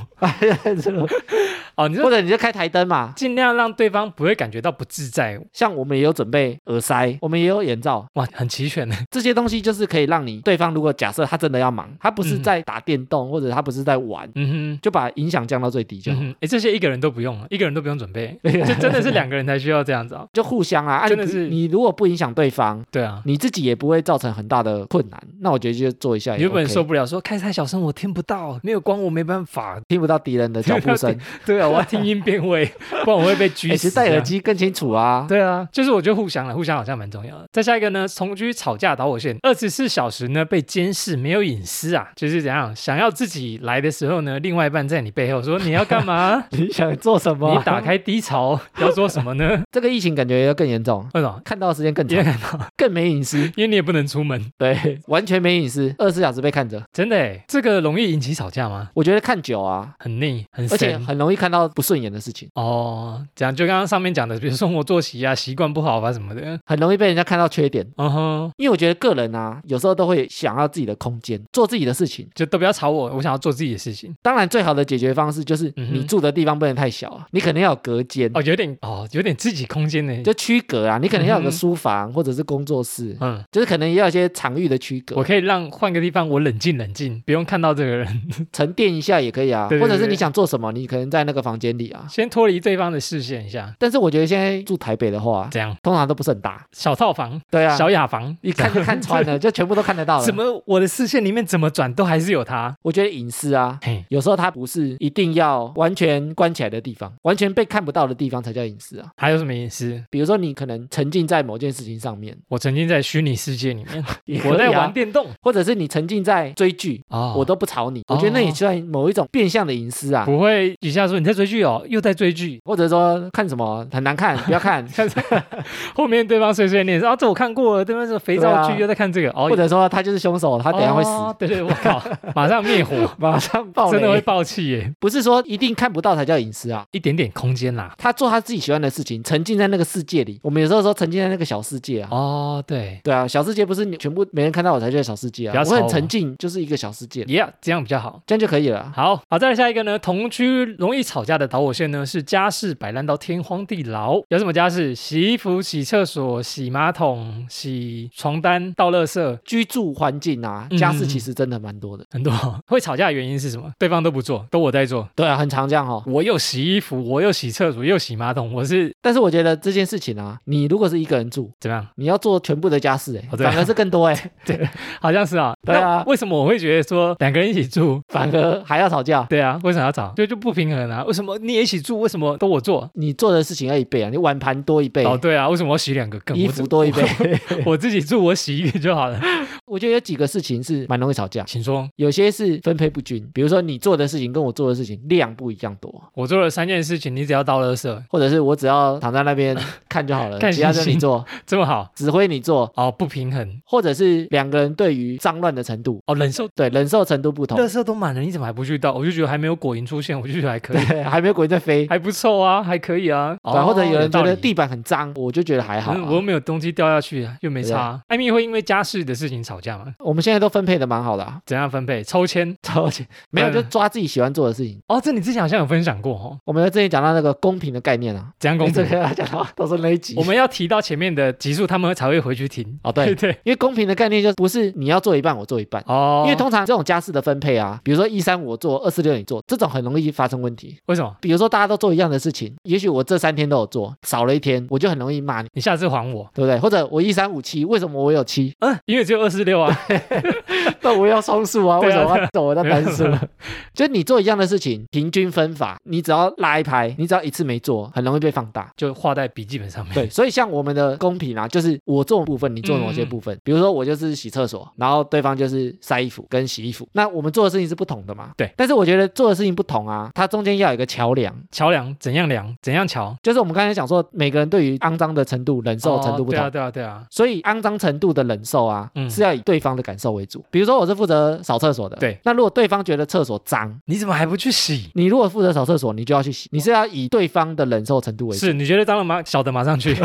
Speaker 1: 哦，你
Speaker 2: 或
Speaker 1: 说
Speaker 2: 者你就开台灯嘛。
Speaker 1: 尽量让对方不会感觉到不自在，
Speaker 2: 像我们也有准备耳塞，我们也有眼罩，
Speaker 1: 哇，很齐全的。
Speaker 2: 这些东西就是可以让你对方如果假设他真的要忙，他不是
Speaker 1: 嗯
Speaker 2: 在打电动、或者他不是在玩，
Speaker 1: 嗯哼。
Speaker 2: 就把影响降到最低就
Speaker 1: 嗯
Speaker 2: 好。
Speaker 1: 哼，哎，这些一个人都不用了，一个人都不用准 备，这真的是两个人才需要这样子哦。
Speaker 2: 就互相啊，啊
Speaker 1: 真的
Speaker 2: 你不
Speaker 1: 是
Speaker 2: 你如果不影响对方，
Speaker 1: 对啊，
Speaker 2: 你自己也不会造成很大的困难。那我觉得就做一下也、OK。
Speaker 1: 原本受不了，说开太小声，我听不到，没有光我没办法。
Speaker 2: 听不到敌人的脚步声，
Speaker 1: 对啊，我要听音辨 位，不然我会被
Speaker 2: 哎、
Speaker 1: 狙
Speaker 2: 其
Speaker 1: 死。
Speaker 2: 实戴耳。机更清楚啊。，
Speaker 1: 对啊，就是我觉得互相了，互相好像蛮重要的。再下一个呢，同居吵架导火线，二十四小时呢被监视，没有隐私啊，就是怎样，想要自己来的时候呢，另外一半在你背后说你要干嘛
Speaker 2: 你想做什么
Speaker 1: 你
Speaker 2: 啊？
Speaker 1: 打开低潮要说什么呢？
Speaker 2: 这个疫情感觉要更严重，
Speaker 1: 为什么？
Speaker 2: 看到的时间更
Speaker 1: 因为
Speaker 2: 长，更没隐私，
Speaker 1: 因为你也不能出门，
Speaker 2: 对，完全没隐私，二十四小时被看着。
Speaker 1: 真的诶，这个容易引起吵架吗？
Speaker 2: 我觉得看久啊，
Speaker 1: 很腻，很
Speaker 2: 而且
Speaker 1: 深
Speaker 2: 很容易看到不顺眼的事情，
Speaker 1: 哦，这样就刚刚上面讲的，比如生活作息啊、习惯不好啊什么的，
Speaker 2: 很容易被人家看到缺点。
Speaker 1: 嗯哼，
Speaker 2: 因为我觉得个人啊，有时候都会想要自己的空间，做自己的事情。
Speaker 1: 就都不要吵我，我想要做自己的事情。
Speaker 2: 当然，最好的解决方式就是
Speaker 1: 嗯哼
Speaker 2: 你住的地方不能太小啊，你肯定要有隔间，
Speaker 1: 哦，有点哦，有点自己空间呢。
Speaker 2: 就区隔啊，你可能要有
Speaker 1: 嗯
Speaker 2: 个
Speaker 1: 哼
Speaker 2: 书房或者是工作室，
Speaker 1: 嗯，
Speaker 2: 就是可能也要一些场域的区隔
Speaker 1: 我，可以让换个地方，我冷静冷静，不用看到这个人，
Speaker 2: 沉淀一下也可以啊。
Speaker 1: 对对
Speaker 2: 或者是
Speaker 1: 对
Speaker 2: 你想做什么，你可能在那个房间里啊。
Speaker 1: 先脱离对方的视线一下。
Speaker 2: 但是我觉得现在住台北的话，
Speaker 1: 这样
Speaker 2: 通常都不是很大，
Speaker 1: 小套房、
Speaker 2: 对啊，
Speaker 1: 小雅房，
Speaker 2: 一看就看穿 了，就全部都看得到了。
Speaker 1: 怎么我的视线里面怎么转都还是有他。
Speaker 2: 我觉得隐私啊，
Speaker 1: 嘿，
Speaker 2: 有时候它不是一定要完全关起来的地方，完全被看不到的地方才叫隐私啊。
Speaker 1: 还有什么隐私？
Speaker 2: 比如说你可能沉浸在某件事情上面，
Speaker 1: 我沉浸在虚拟世界里面，
Speaker 2: 也可以啊
Speaker 1: 我在玩，电动
Speaker 2: 或者是你沉浸在追剧，
Speaker 1: 哦
Speaker 2: 我都不吵你，我觉得那也算某一种变相的隐私啊。
Speaker 1: 不会一下说你在追剧哦，又在追剧。，
Speaker 2: 或者说看什么很难看，不要看
Speaker 1: 后面对方碎碎念说啊，这我看过了，对方说肥皂
Speaker 2: 对啊
Speaker 1: 剧又在看这个，哦，
Speaker 2: 或者说他就是凶手，他等一下会死，
Speaker 1: 哦对对，我靠，马上灭火，
Speaker 2: 马上爆
Speaker 1: 真的会
Speaker 2: 雷。
Speaker 1: 爆气耶！
Speaker 2: 不是说一定看不到才叫隐私啊，
Speaker 1: 一点点空间啦。
Speaker 2: 他做他自己喜欢的事情，沉浸在那个世界里。我们有时候说沉浸在那个小世界啊，
Speaker 1: 哦，对
Speaker 2: 对啊，小世界不是你全部没人看到我才叫小世
Speaker 1: 不
Speaker 2: 界啊，
Speaker 1: 要
Speaker 2: 我
Speaker 1: 吵我
Speaker 2: 很沉浸，就是一个小世界，
Speaker 1: ，Yeah，这样比较好。
Speaker 2: 这样就可以了啊。
Speaker 1: 好好，再来下一个呢，同居容易吵架的导火线呢是家事摆烂到天荒地老。有什么家事？洗衣服、洗厕所、洗马桶、洗床单、倒垃圾，
Speaker 2: 居住环境啊，
Speaker 1: 嗯
Speaker 2: 家事其实真的蛮多的。
Speaker 1: 很多。会吵架的原因是什么？对方都不做，都我在做。
Speaker 2: 对啊，很常这样哦。
Speaker 1: 我又洗衣服，我又洗厕所，又洗马桶，我是
Speaker 2: 但是我觉得这件事情啊，你如果是一个人住，
Speaker 1: 怎么样？
Speaker 2: 你要做全部的家事、欸，
Speaker 1: 哦对啊
Speaker 2: 反而是更多哎、欸
Speaker 1: 好像是啊。
Speaker 2: 对啊
Speaker 1: 那为什么我会觉得说两个人一起住
Speaker 2: 反而还要吵架。
Speaker 1: 对啊，为什么要找？就就不平衡啊？为什么你也一起住？为什么都我做？
Speaker 2: 你做的事情要一倍啊，你碗
Speaker 1: 哦
Speaker 2: 盘多一倍，
Speaker 1: 哦，对啊，为什么我洗两个更？
Speaker 2: 衣服多一倍，
Speaker 1: 我自己住，我洗一个就好了。
Speaker 2: 我觉得有几个事情是蛮容易吵架，
Speaker 1: 请说，
Speaker 2: 有些是分配不均，比如说你做的事情跟我做的事情量不一样多，
Speaker 1: 我做了三件事情，你只要倒垃圾，
Speaker 2: 或者是我只要躺在那边看就好了，
Speaker 1: 看
Speaker 2: 其他
Speaker 1: 星
Speaker 2: 就你
Speaker 1: 星
Speaker 2: 做，
Speaker 1: 这么好
Speaker 2: 指挥你做，
Speaker 1: 哦，不平衡
Speaker 2: 或者是两个人对于脏乱的程度，
Speaker 1: 哦，忍受
Speaker 2: 对忍受程度不 同
Speaker 1: 垃，圾都满了，你怎么还不去倒？我就觉得还没有果蝇出现，我就觉得还可以，
Speaker 2: 对，还没有鬼在飞，
Speaker 1: 还不错啊，还可以啊。
Speaker 2: 对，或者有人觉
Speaker 1: 道
Speaker 2: 得
Speaker 1: 理
Speaker 2: 地板很脏，我就觉得还好
Speaker 1: 可
Speaker 2: 啊、
Speaker 1: 是我又没有东西掉下去，又没差啊。艾米会因为家事的事情吵架吗？
Speaker 2: 我们现在都分配的蛮好的、啊，
Speaker 1: 怎样分配？抽签？
Speaker 2: 超级没有
Speaker 1: 嗯
Speaker 2: 就抓自己喜欢做的事情。
Speaker 1: 哦，这你之前好像有分享过哦。
Speaker 2: 我们之前讲到那个公平的概念啊，
Speaker 1: 怎样公
Speaker 2: 这
Speaker 1: 平？
Speaker 2: 个 要讲到到时候那一集
Speaker 1: 我们要提到前面的集数，他们才会回去听。
Speaker 2: 哦对
Speaker 1: 对。
Speaker 2: 因为公平的概念就不是你要做一半我做一半。
Speaker 1: 哦，
Speaker 2: 因为通常这种家事的分配啊，比如说一三我做，二四六你做，这种很容易发生问题。
Speaker 1: 为什么？
Speaker 2: 比如说大家都做一样的事情，也许我这三天都有做，少了一天，我就很容易骂你，
Speaker 1: 你下次还我，
Speaker 2: 对不对？或者我一三五七，为什么我有七？
Speaker 1: 嗯，因为只有二四六啊，
Speaker 2: 那我要双数啊，为
Speaker 1: 对啊
Speaker 2: 什么要走我的单数
Speaker 1: 没有没？
Speaker 2: 就你做一样的事情，平均分法，你只要拉一排，你只要一次没做，很容易被放大。
Speaker 1: 就画在笔记本上面。
Speaker 2: 对，所以像我们的公平啊，就是我做部分，你做某
Speaker 1: 嗯
Speaker 2: 些部分。比如说我就是洗厕所，然后对方就是晒衣服跟洗衣服。那我们做的事情是不同的嘛？
Speaker 1: 对。
Speaker 2: 但是我觉得做的事情不同啊，它中间要有一个桥梁，
Speaker 1: 桥梁怎样量？怎样桥？
Speaker 2: 就是我们刚才讲说，每个人对于肮脏的程度、忍受程度
Speaker 1: 哦
Speaker 2: 不
Speaker 1: 对
Speaker 2: 同。
Speaker 1: 啊，对啊，对啊。
Speaker 2: 所以肮脏程度的忍受啊，
Speaker 1: 嗯
Speaker 2: 是要以对方的感受为主。比如说我是负责扫厕所的，
Speaker 1: 对。
Speaker 2: 那如果对方觉得厕所脏，
Speaker 1: 你怎么还不去洗？
Speaker 2: 你如果负责扫厕所，你就要去洗。你是要以对方的忍受程度为主。
Speaker 1: 是你觉得脏了吗？小的马上 去，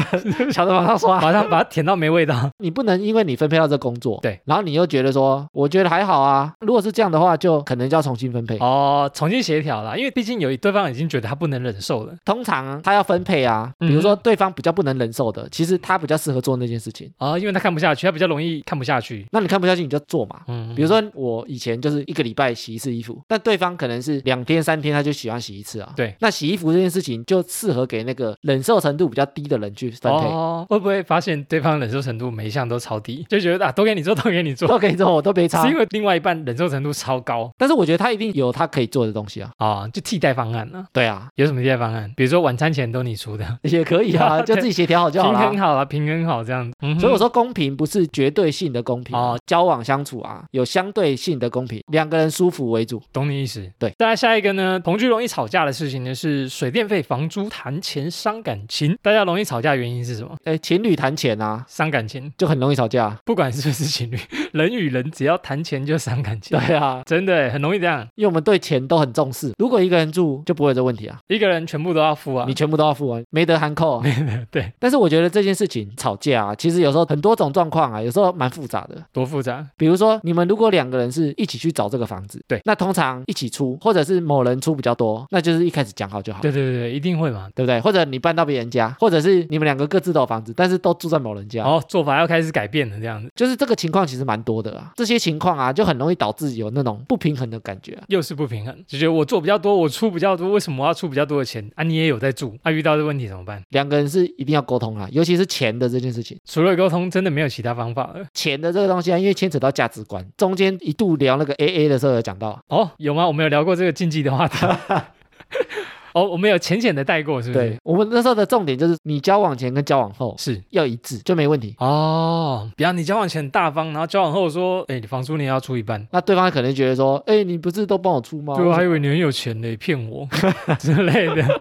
Speaker 2: 小的往上说啊，
Speaker 1: 马上把它舔到没味道。
Speaker 2: 你不能因为你分配到这工作，
Speaker 1: 对，
Speaker 2: 然后你又觉得说，我觉得还好啊。如果是这样的话，就可能就要重新分配。
Speaker 1: 哦，重新协调啦，因为毕竟有一对方已经觉得他不能忍受了。
Speaker 2: 通常他要分配啊，
Speaker 1: 嗯
Speaker 2: 比如说对方比较不能忍受的，其实他比较适合做那件事情。
Speaker 1: 啊、因为他看不下去，他比较容易看不下去。
Speaker 2: 那你看不下去，你就做嘛。
Speaker 1: 嗯，
Speaker 2: 比如说我以前就是一个礼拜洗一次衣服，但对方可能是两天三天他就喜欢洗一次啊。
Speaker 1: 对，
Speaker 2: 那洗衣服这件事情就适合给那个忍受程度比较低的人去分配。
Speaker 1: 哦，会不会发现对方忍受程度每一项都超低， 就觉得啊，都给你做，都给你做，
Speaker 2: 都可以做，我都 没差
Speaker 1: 是。因为另外一半忍受程度超高
Speaker 2: 但是我觉得他一定有他可以做的东西啊。
Speaker 1: 啊、就替代方案啊。
Speaker 2: 对啊，
Speaker 1: 有什么替代方案？比如说晚餐钱都你出的，
Speaker 2: 也可以 啊，就自己协调 好就
Speaker 1: 平
Speaker 2: 好了
Speaker 1: 衡。好了，平衡好这样子。嗯哼
Speaker 2: 所以我说公平不是绝对性的公平
Speaker 1: 哦
Speaker 2: 交往相处啊有相对性的公平，两个人舒服为主。
Speaker 1: 懂你意思。
Speaker 2: 对，
Speaker 1: 再来下一个呢，同居容易吵架的事情呢是水电费、房租、谈钱伤感情。大家容易吵架原因是什么？
Speaker 2: 哎，情侣谈钱啊
Speaker 1: 伤感情，
Speaker 2: 就很容易吵架。
Speaker 1: 不管是不是情侣，人与人只要谈钱就伤感情。
Speaker 2: 对，啊，
Speaker 1: 真的很容易这样，
Speaker 2: 因为我们对钱都很重视，如果一个人住就不会有这问题啊，
Speaker 1: 一个人全部都要付啊。
Speaker 2: 你全部都要付啊，没得含扣、啊。
Speaker 1: 对，
Speaker 2: 但是我觉得这件事情吵架啊，其实有时候很多种状况啊，有时候蛮复杂的。
Speaker 1: 多复杂？
Speaker 2: 比如说你们如果两个人是一起去找这个房子，
Speaker 1: 对
Speaker 2: 那通常一起出，或者是某人出比较多，那就是一开始讲好就好。
Speaker 1: 对对对对，一定会嘛。
Speaker 2: 对不对？或者你搬到别人家，或者是你们两个各自都有房子，但是都住在某人家，
Speaker 1: 然后做法要开始改变了，这样子
Speaker 2: 就是这个情况其实蛮多的啊。这些情况啊，就很容易导致有那种不平衡的感觉啊、
Speaker 1: 又是不平衡，就觉得我做比较多，我出比较多，为什么我要出比较多的钱啊？你也有在住，啊，遇到这问题怎么办？
Speaker 2: 两个人是一定要沟通啊，尤其是钱的这件事情。
Speaker 1: 除了沟通，真的没有其他方法了。
Speaker 2: 钱的这个东西啊，因为牵扯到价值观，中间一度聊那个 A A 的时候有讲到，
Speaker 1: 哦，有吗？我们有聊过这个禁忌的话题。 哦，我们有浅浅的带过，是不是？
Speaker 2: 对我们那时候的重点就是你交往前跟交往后
Speaker 1: 是。
Speaker 2: 要一致，就没问题。
Speaker 1: 哦，比方你交往前很大方，然后交往后说，哎，你房租你也要出一半。
Speaker 2: 那对方可能觉得说，哎，你不是都帮我出吗？
Speaker 1: 对，啊我还以为你很有钱呢，骗 我之类的。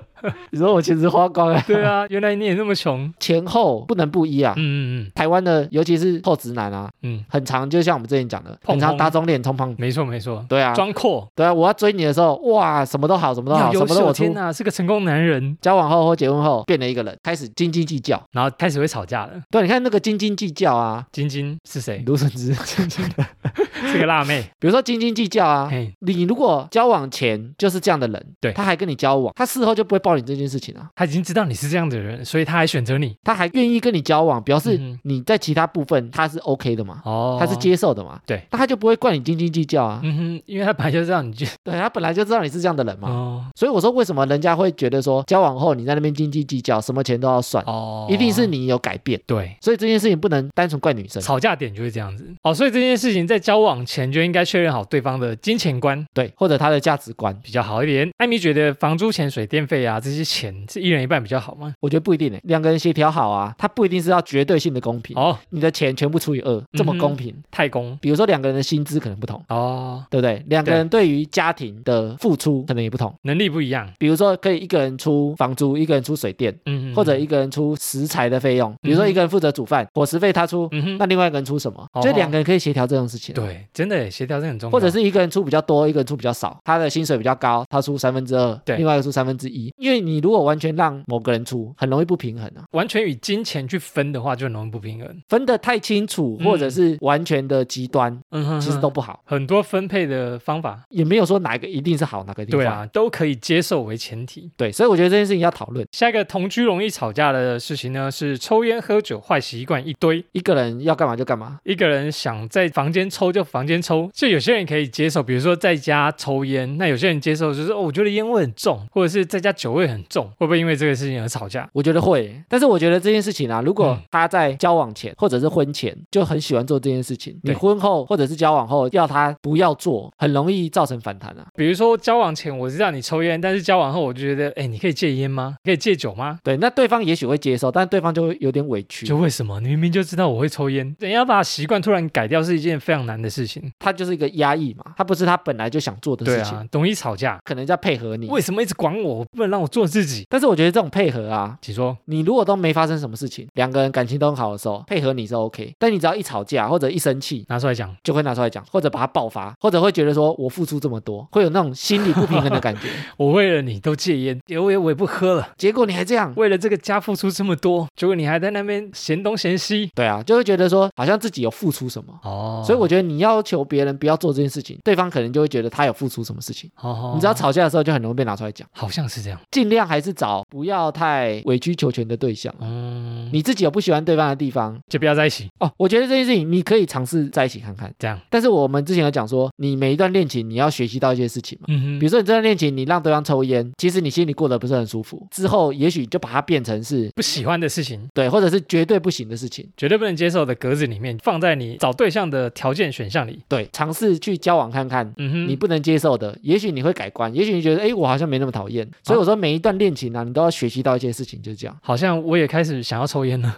Speaker 2: 你说我钱是花光了，
Speaker 1: 对啊，原来你也那么穷。
Speaker 2: 前后不能不一啊。
Speaker 1: 嗯嗯嗯
Speaker 2: 台湾的，尤其是后直男啊，
Speaker 1: 嗯，
Speaker 2: 很长，就像我们之前讲的，
Speaker 1: 碰
Speaker 2: 很长
Speaker 1: 碰
Speaker 2: 打肿脸充胖子。
Speaker 1: 没错没错。
Speaker 2: 对啊，
Speaker 1: 装阔，
Speaker 2: 对啊，我要追你的时候，哇，什么都好，什么
Speaker 1: 你
Speaker 2: 都好，
Speaker 1: 好
Speaker 2: 什
Speaker 1: 优
Speaker 2: 么都
Speaker 1: 秀，
Speaker 2: 我出。
Speaker 1: 天哪，是个成功男人。
Speaker 2: 交往后或结婚后变了一个人，开始斤斤计较。
Speaker 1: 然后开始会吵架了。
Speaker 2: 对，你看那个斤斤计较啊，
Speaker 1: 晶晶是 谁？
Speaker 2: 芦笋枝，
Speaker 1: 是个辣妹。
Speaker 2: 比如说斤斤计较 啊。
Speaker 1: 嘿，
Speaker 2: 你如果交往前就是这样的人，
Speaker 1: 对
Speaker 2: 他还跟你交往，他事后就不会抱你这件事情啊，
Speaker 1: 他已经知道你是这样的人，所以他还选择你。
Speaker 2: 他还愿意跟你交往，表示
Speaker 1: 嗯哼
Speaker 2: 你在其他部分他是 OK 的嘛，
Speaker 1: 哦，
Speaker 2: 他是接受的嘛，
Speaker 1: 对，
Speaker 2: 那他就不会怪你斤斤计较啊，
Speaker 1: 嗯哼，因为他本来就知道你就
Speaker 2: 对他本来就知道你是这样的人嘛，
Speaker 1: 哦
Speaker 2: 所以我说，为什么人家会觉得说交往后你在那边斤斤计较，什么钱都要算，
Speaker 1: 哦，
Speaker 2: 一定是你有改变。
Speaker 1: 对。
Speaker 2: 所以这件事情不能单纯怪女生，
Speaker 1: 吵架点就是这样子哦，所以这件事情在交往前就应该确认好对方的金钱观
Speaker 2: 对，或者她的价值观。
Speaker 1: 比较好一点。艾米觉得房租钱、水电费啊这些钱是一人一半比较好吗？
Speaker 2: 我觉得不一定诶，欸两个人协调好啊，它不一定是要绝对性的公平，
Speaker 1: 哦，嗯
Speaker 2: 你的钱全部除以二，这么公平。
Speaker 1: 太公
Speaker 2: 比如说两个人的薪资可能不同，
Speaker 1: 哦，
Speaker 2: 对不对？两个人对于家庭的付出可能也不同。
Speaker 1: 能力不一样，
Speaker 2: 比如说，可以一个人出房租，一个人出水电，
Speaker 1: 嗯，嗯
Speaker 2: 或者一个人出食材的费用。比如说，一个人负责煮饭，伙食费他出，
Speaker 1: 嗯哼，
Speaker 2: 那另外一个人出什么？
Speaker 1: 哦
Speaker 2: 就两个人可以协调这种事情。啊
Speaker 1: 对，真的耶协调是很重要，
Speaker 2: 或者是一个人出比较多，一个人出比较少，他的薪水比较高，他出三分之二，
Speaker 1: 对
Speaker 2: 另外一个出三分之一。因为你如果完全让某个人出，很容易不平衡啊。
Speaker 1: 完全以金钱去分的话，就很容易不平衡。
Speaker 2: 分得太清楚，或者是完全的极端，
Speaker 1: 嗯哼哼，
Speaker 2: 其实都不好。
Speaker 1: 很多分配的方法，
Speaker 2: 也没有说哪一个一定是好，哪个一定
Speaker 1: 对
Speaker 2: 是坏。
Speaker 1: 啊，都可以接受为前提。
Speaker 2: 对，所以我觉得这件事情要讨论。
Speaker 1: 下一个同居容易吵架的事情呢，是抽烟喝酒坏习惯一堆。
Speaker 2: 一个人要干嘛就干嘛，
Speaker 1: 一个人想在房间抽就房间抽，就有些人可以接受，比如说在家抽烟，那有些人接受就是哦，我觉得烟味很重，或者是在家酒味很重，会不会因为这个事情而吵架？
Speaker 2: 我觉得会耶。但是我觉得这件事情啊，如果
Speaker 1: 嗯
Speaker 2: 他在交往前或者是婚前就很喜欢做这件事情，你
Speaker 1: 对
Speaker 2: 婚后或者是交往后要他不要做，很容易造成反弹啊。
Speaker 1: 比如说交往前我知道你抽烟，但是交往后我就觉得，哎，你可以戒烟吗？可以戒酒吗？
Speaker 2: 对，那对方也许会接受，但对方就会有点委屈
Speaker 1: 就，为什么你明明就知道我会抽烟，人要把习惯突然改掉是一件非常难的事情。
Speaker 2: 他就是一个压抑嘛，他不是他本来就想做的
Speaker 1: 对
Speaker 2: 事情，
Speaker 1: 啊，容易吵架，
Speaker 2: 可能在配合你。
Speaker 1: 为什么一直管我？不能让我做自己？
Speaker 2: 但是我觉得这种配合啊，
Speaker 1: 请说。
Speaker 2: 你如果都没发生什么事情，两个人感情都很好的时候，配合你是 OK，但你只要一吵架或者一生气，
Speaker 1: 拿出来讲，
Speaker 2: 就会拿出来讲，或者把它爆发，或者会觉得说我付出这么多，会有那种心理不平衡的感 觉。
Speaker 1: 我为了你都戒烟，我也我也不喝了，
Speaker 2: 结果你还这样，
Speaker 1: 为了这个家付出这么多，结果你还在那边嫌东嫌西。
Speaker 2: 对啊，就会觉得说好像自己有付出什么。
Speaker 1: 哦
Speaker 2: 所以我觉得你要求别人不要做这件事情，对方可能就会觉得他有付出什么事情。
Speaker 1: 哦
Speaker 2: 你知道吵架的时候就很容易被拿出来讲，
Speaker 1: 好像是这样。
Speaker 2: 尽量还是找不要太委曲求全的对象。
Speaker 1: 嗯，
Speaker 2: 你自己有不喜欢对方的地方
Speaker 1: 就不要在一起，
Speaker 2: 哦，我觉得这件事情你可以尝试在一起看看。
Speaker 1: 这样。
Speaker 2: 但是我们之前有讲说，你每一段恋情你要学习到一些事情嘛。
Speaker 1: 嗯
Speaker 2: 比如说你这段恋情，你让对方抽烟，其实你心里过得不是很舒服。之后也许就把它变成是
Speaker 1: 不喜欢的事情，
Speaker 2: 对，或者是绝对不行的事情。
Speaker 1: 绝对不能接受的格子里面，放在你找对象的条件选项里。
Speaker 2: 对，尝试去交往看看，
Speaker 1: 嗯哼，。
Speaker 2: 你不能接受的，也许你会改观，也许你觉得，哎，我好像没那么讨厌。所以我说，每一段恋情啊，你都要学习到一些事情，就是这样
Speaker 1: 好像我也开始想要抽烟 了，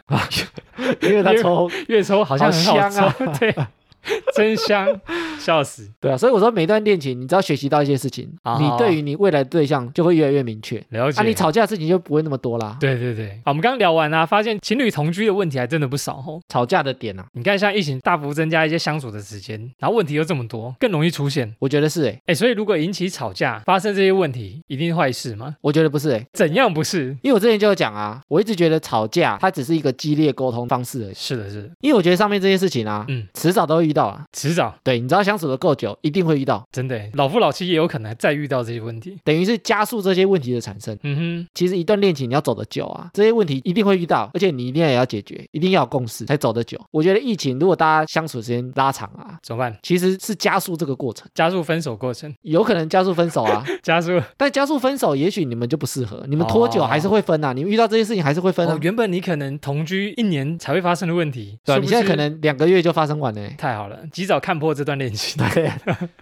Speaker 2: 因为他抽，
Speaker 1: 越抽好像很
Speaker 2: 好香啊
Speaker 1: 抽， 对，真香，笑死。
Speaker 2: 对啊，所以我说每一段恋情，你只要学习到一些事情，
Speaker 1: 好
Speaker 2: 你
Speaker 1: 啊好
Speaker 2: 对于你未来的对象就会越来越明确。
Speaker 1: 了解。
Speaker 2: 啊，你吵架的事情就不会那么多啦。
Speaker 1: 对对对，好，我们刚刚聊完啦、发现情侣同居的问题还真的不少哦。
Speaker 2: 吵架的点啊，
Speaker 1: 你看，像疫情大幅增加一些相处的时间，然后问题又这么多，更容易出现。
Speaker 2: 我觉得是哎、
Speaker 1: 哎，所以如果引起吵架，发生这些问题，一定是坏事吗？
Speaker 2: 我觉得不是哎、
Speaker 1: 怎样不是？
Speaker 2: 因为我之前就有讲啊，我一直觉得吵架它只是一个激烈沟通方式而已。
Speaker 1: 是的，是的，
Speaker 2: 因为我觉得上面这些事情啊，
Speaker 1: 嗯
Speaker 2: 迟早都会遇到啊。
Speaker 1: 迟早
Speaker 2: 对，你知道相处的够久，一定会遇到，
Speaker 1: 真的老夫老妻也有可能再遇到这些问题。
Speaker 2: 等于是加速这些问题的产生。
Speaker 1: 嗯
Speaker 2: 其实一段恋情你要走得久啊，这些问题一定会遇到，而且你一定也要解决，一定要有共识才走得久。我觉得疫情如果大家相处时间拉长啊
Speaker 1: 哼，，怎么办？
Speaker 2: 其实是加速这个过程，
Speaker 1: 加速分手过程，
Speaker 2: 有可能加速分手啊。
Speaker 1: 加速。
Speaker 2: 但加速分手，也许你们就不适合，你们拖久还是会分啊，你们遇到这些事情还是会分啊。
Speaker 1: 哦，原本你可能同居一年才会发生的问题，
Speaker 2: 对啊，
Speaker 1: 殊
Speaker 2: 你
Speaker 1: 不
Speaker 2: 现在
Speaker 1: 知
Speaker 2: 可能两个月就发生完了欸、
Speaker 1: 太好了，及早看破这段恋情。
Speaker 2: 对，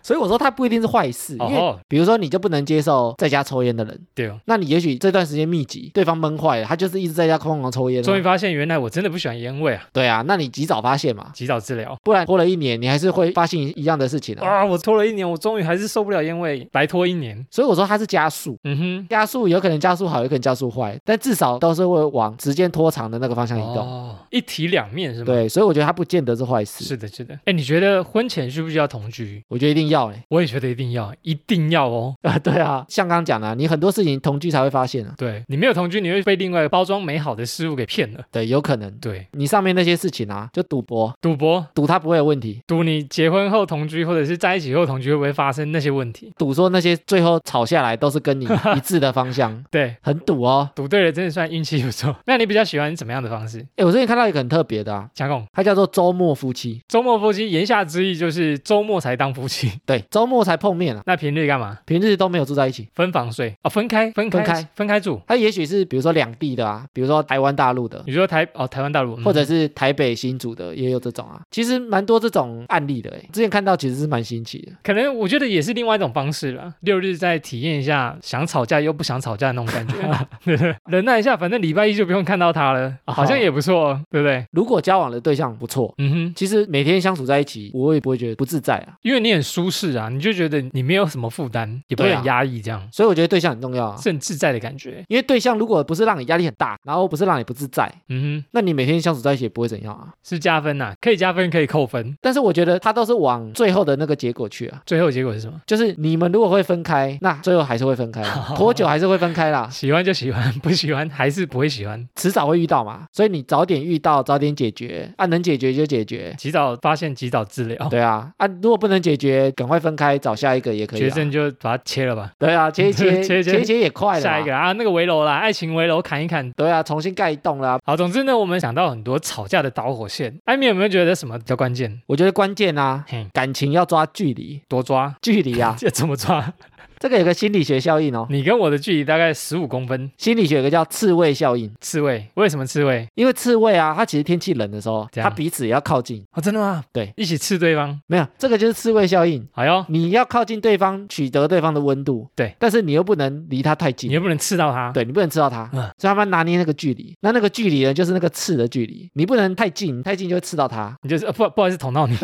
Speaker 2: 所以我说它不一定是坏事，因为
Speaker 1: 哦，
Speaker 2: 比如说你就不能接受在家抽烟的人，
Speaker 1: 对哦，
Speaker 2: 那你也许这段时间密集，对方闷坏了，他就是一直在家疯狂抽烟、
Speaker 1: 终于
Speaker 2: 啊，
Speaker 1: 发现原来我真的不喜欢烟味啊，
Speaker 2: 对啊，那你及早发现嘛，
Speaker 1: 及早治疗。
Speaker 2: 不然拖了一年，你还是会发现一样的事情啊。
Speaker 1: 啊！我拖了一年，我终于还是受不了烟味，白拖一年。
Speaker 2: 所以我说它是加速。
Speaker 1: 嗯
Speaker 2: 加速有可能加速好，有可能加速坏，但至少都是会往时间拖长的那个方
Speaker 1: 哼，
Speaker 2: 向移动。
Speaker 1: 哦，一体两面是吗？，
Speaker 2: 哎对，所以我觉得它不见得是坏事。
Speaker 1: 是的，是的。哎，你觉得婚前需不需要同居？
Speaker 2: 我觉得一定要哎、
Speaker 1: 我也觉得一定要，一定要哦。
Speaker 2: 啊，对啊，像刚刚讲的啊、你很多事情同居才会发现啊。
Speaker 1: 对你没有同居，你会被另外一个包装美好的事物给骗了。
Speaker 2: 对，有可能
Speaker 1: 对，
Speaker 2: 你上面那些事情啊，就赌博，
Speaker 1: 赌博，
Speaker 2: 赌它不会有问题，
Speaker 1: 赌你结婚后同居，或者是在一起后同居会不会发生那些问题？
Speaker 2: 赌说那些最后吵下来都是跟你一致的方向，
Speaker 1: 对，
Speaker 2: 很赌哦。
Speaker 1: 赌对了真的算运气不错。那你比较喜欢怎么样的方式？
Speaker 2: 哎，我最近看到一个很特别的啊，
Speaker 1: 加共
Speaker 2: 它叫做周末夫妻。
Speaker 1: 周末夫妻，言下之意就是周周末才当夫妻，
Speaker 2: 对，周末才碰面啊，
Speaker 1: 那平日干嘛？
Speaker 2: 平日都没有住在一起。
Speaker 1: 分房睡哦，分开，分开，
Speaker 2: 分开，
Speaker 1: 分开住。
Speaker 2: 他也许是比如说两地的啊，比如说台湾大陆的，
Speaker 1: 你说台哦，台湾大陆，嗯
Speaker 2: 或者是台北新竹的也有这种啊，其实蛮多这种案例的诶，之前看到其实是蛮新奇的。
Speaker 1: 可能我觉得也是另外一种方式啦。六日再体验一下想吵架又不想吵架的那种感觉， 对不 对？忍耐一下，反正礼拜一就不用看到他了，
Speaker 2: 哦
Speaker 1: 好像也不错，对不对？
Speaker 2: 如果交往的对象不错，
Speaker 1: 嗯哼，
Speaker 2: 其实每天相处在一起，我也不会觉得不自在啊。
Speaker 1: 因为你很舒适啊，你就觉得你没有什么负担，也不会
Speaker 2: 对啊
Speaker 1: 很压抑，这样
Speaker 2: 所以我觉得对象很重要啊，
Speaker 1: 是很自在的感觉。
Speaker 2: 因为对象如果不是让你压力很大，然后不是让你不自在，
Speaker 1: 嗯哼，
Speaker 2: 那你每天相处在一起也不会怎样啊。
Speaker 1: 是加分呐、可以加分，可以扣分。
Speaker 2: 但是我觉得他都是往最后的那个结果去啊，
Speaker 1: 最后结果是什么？
Speaker 2: 就是你们如果会分开，那最后还是 会分开啊，多久还是会分开啦，
Speaker 1: 喜欢就喜欢，不喜欢还是不会喜欢。
Speaker 2: 迟早会遇到嘛。所以你早点遇到，早点解决啊，能解决就解决。
Speaker 1: 及早发现，及早治疗。
Speaker 2: 对啊，啊，如果不能解决，赶快分开，找下一个也可以、
Speaker 1: 学
Speaker 2: 啊。
Speaker 1: 生就把它切了吧，
Speaker 2: 对啊，切一切，
Speaker 1: 切一
Speaker 2: 切
Speaker 1: 切
Speaker 2: 一切也快了。
Speaker 1: 下一个。啊，那个围楼啦，爱情围楼砍一砍。
Speaker 2: 对啊，重新盖一栋啦。
Speaker 1: 好，总之呢，我们想到很多吵架的导火线。艾米有没有觉得什么比较关键？
Speaker 2: 我觉得关键啊
Speaker 1: 嘿，
Speaker 2: 感情要抓距离，
Speaker 1: 多抓，，
Speaker 2: 距离啊
Speaker 1: 这怎么抓？
Speaker 2: 这个有个心理学效应哦。
Speaker 1: 你跟我的距离大概十五公分。
Speaker 2: 心理学有个叫刺猬效应，
Speaker 1: 刺猬，为什么刺猬？
Speaker 2: 因为刺猬啊，它其实天气冷的时候，
Speaker 1: 怎样
Speaker 2: 它彼此也要靠近。
Speaker 1: 哦，真的吗？
Speaker 2: 对，
Speaker 1: 一起刺对方。哎
Speaker 2: 没有，这个就是刺猬效应。
Speaker 1: 好哟，
Speaker 2: 你要靠近对方，取得对方的温度。
Speaker 1: 对，
Speaker 2: 但是你又不能离他太
Speaker 1: 你
Speaker 2: 近。
Speaker 1: 又不能刺到他。
Speaker 2: 对你不能吃到它，
Speaker 1: 嗯
Speaker 2: 所以他们拿捏那个距离。那那个距离呢，就是那个刺的距离。你不能太近，太近就会刺到它。
Speaker 1: 你就是、呃不不好意思捅到 你，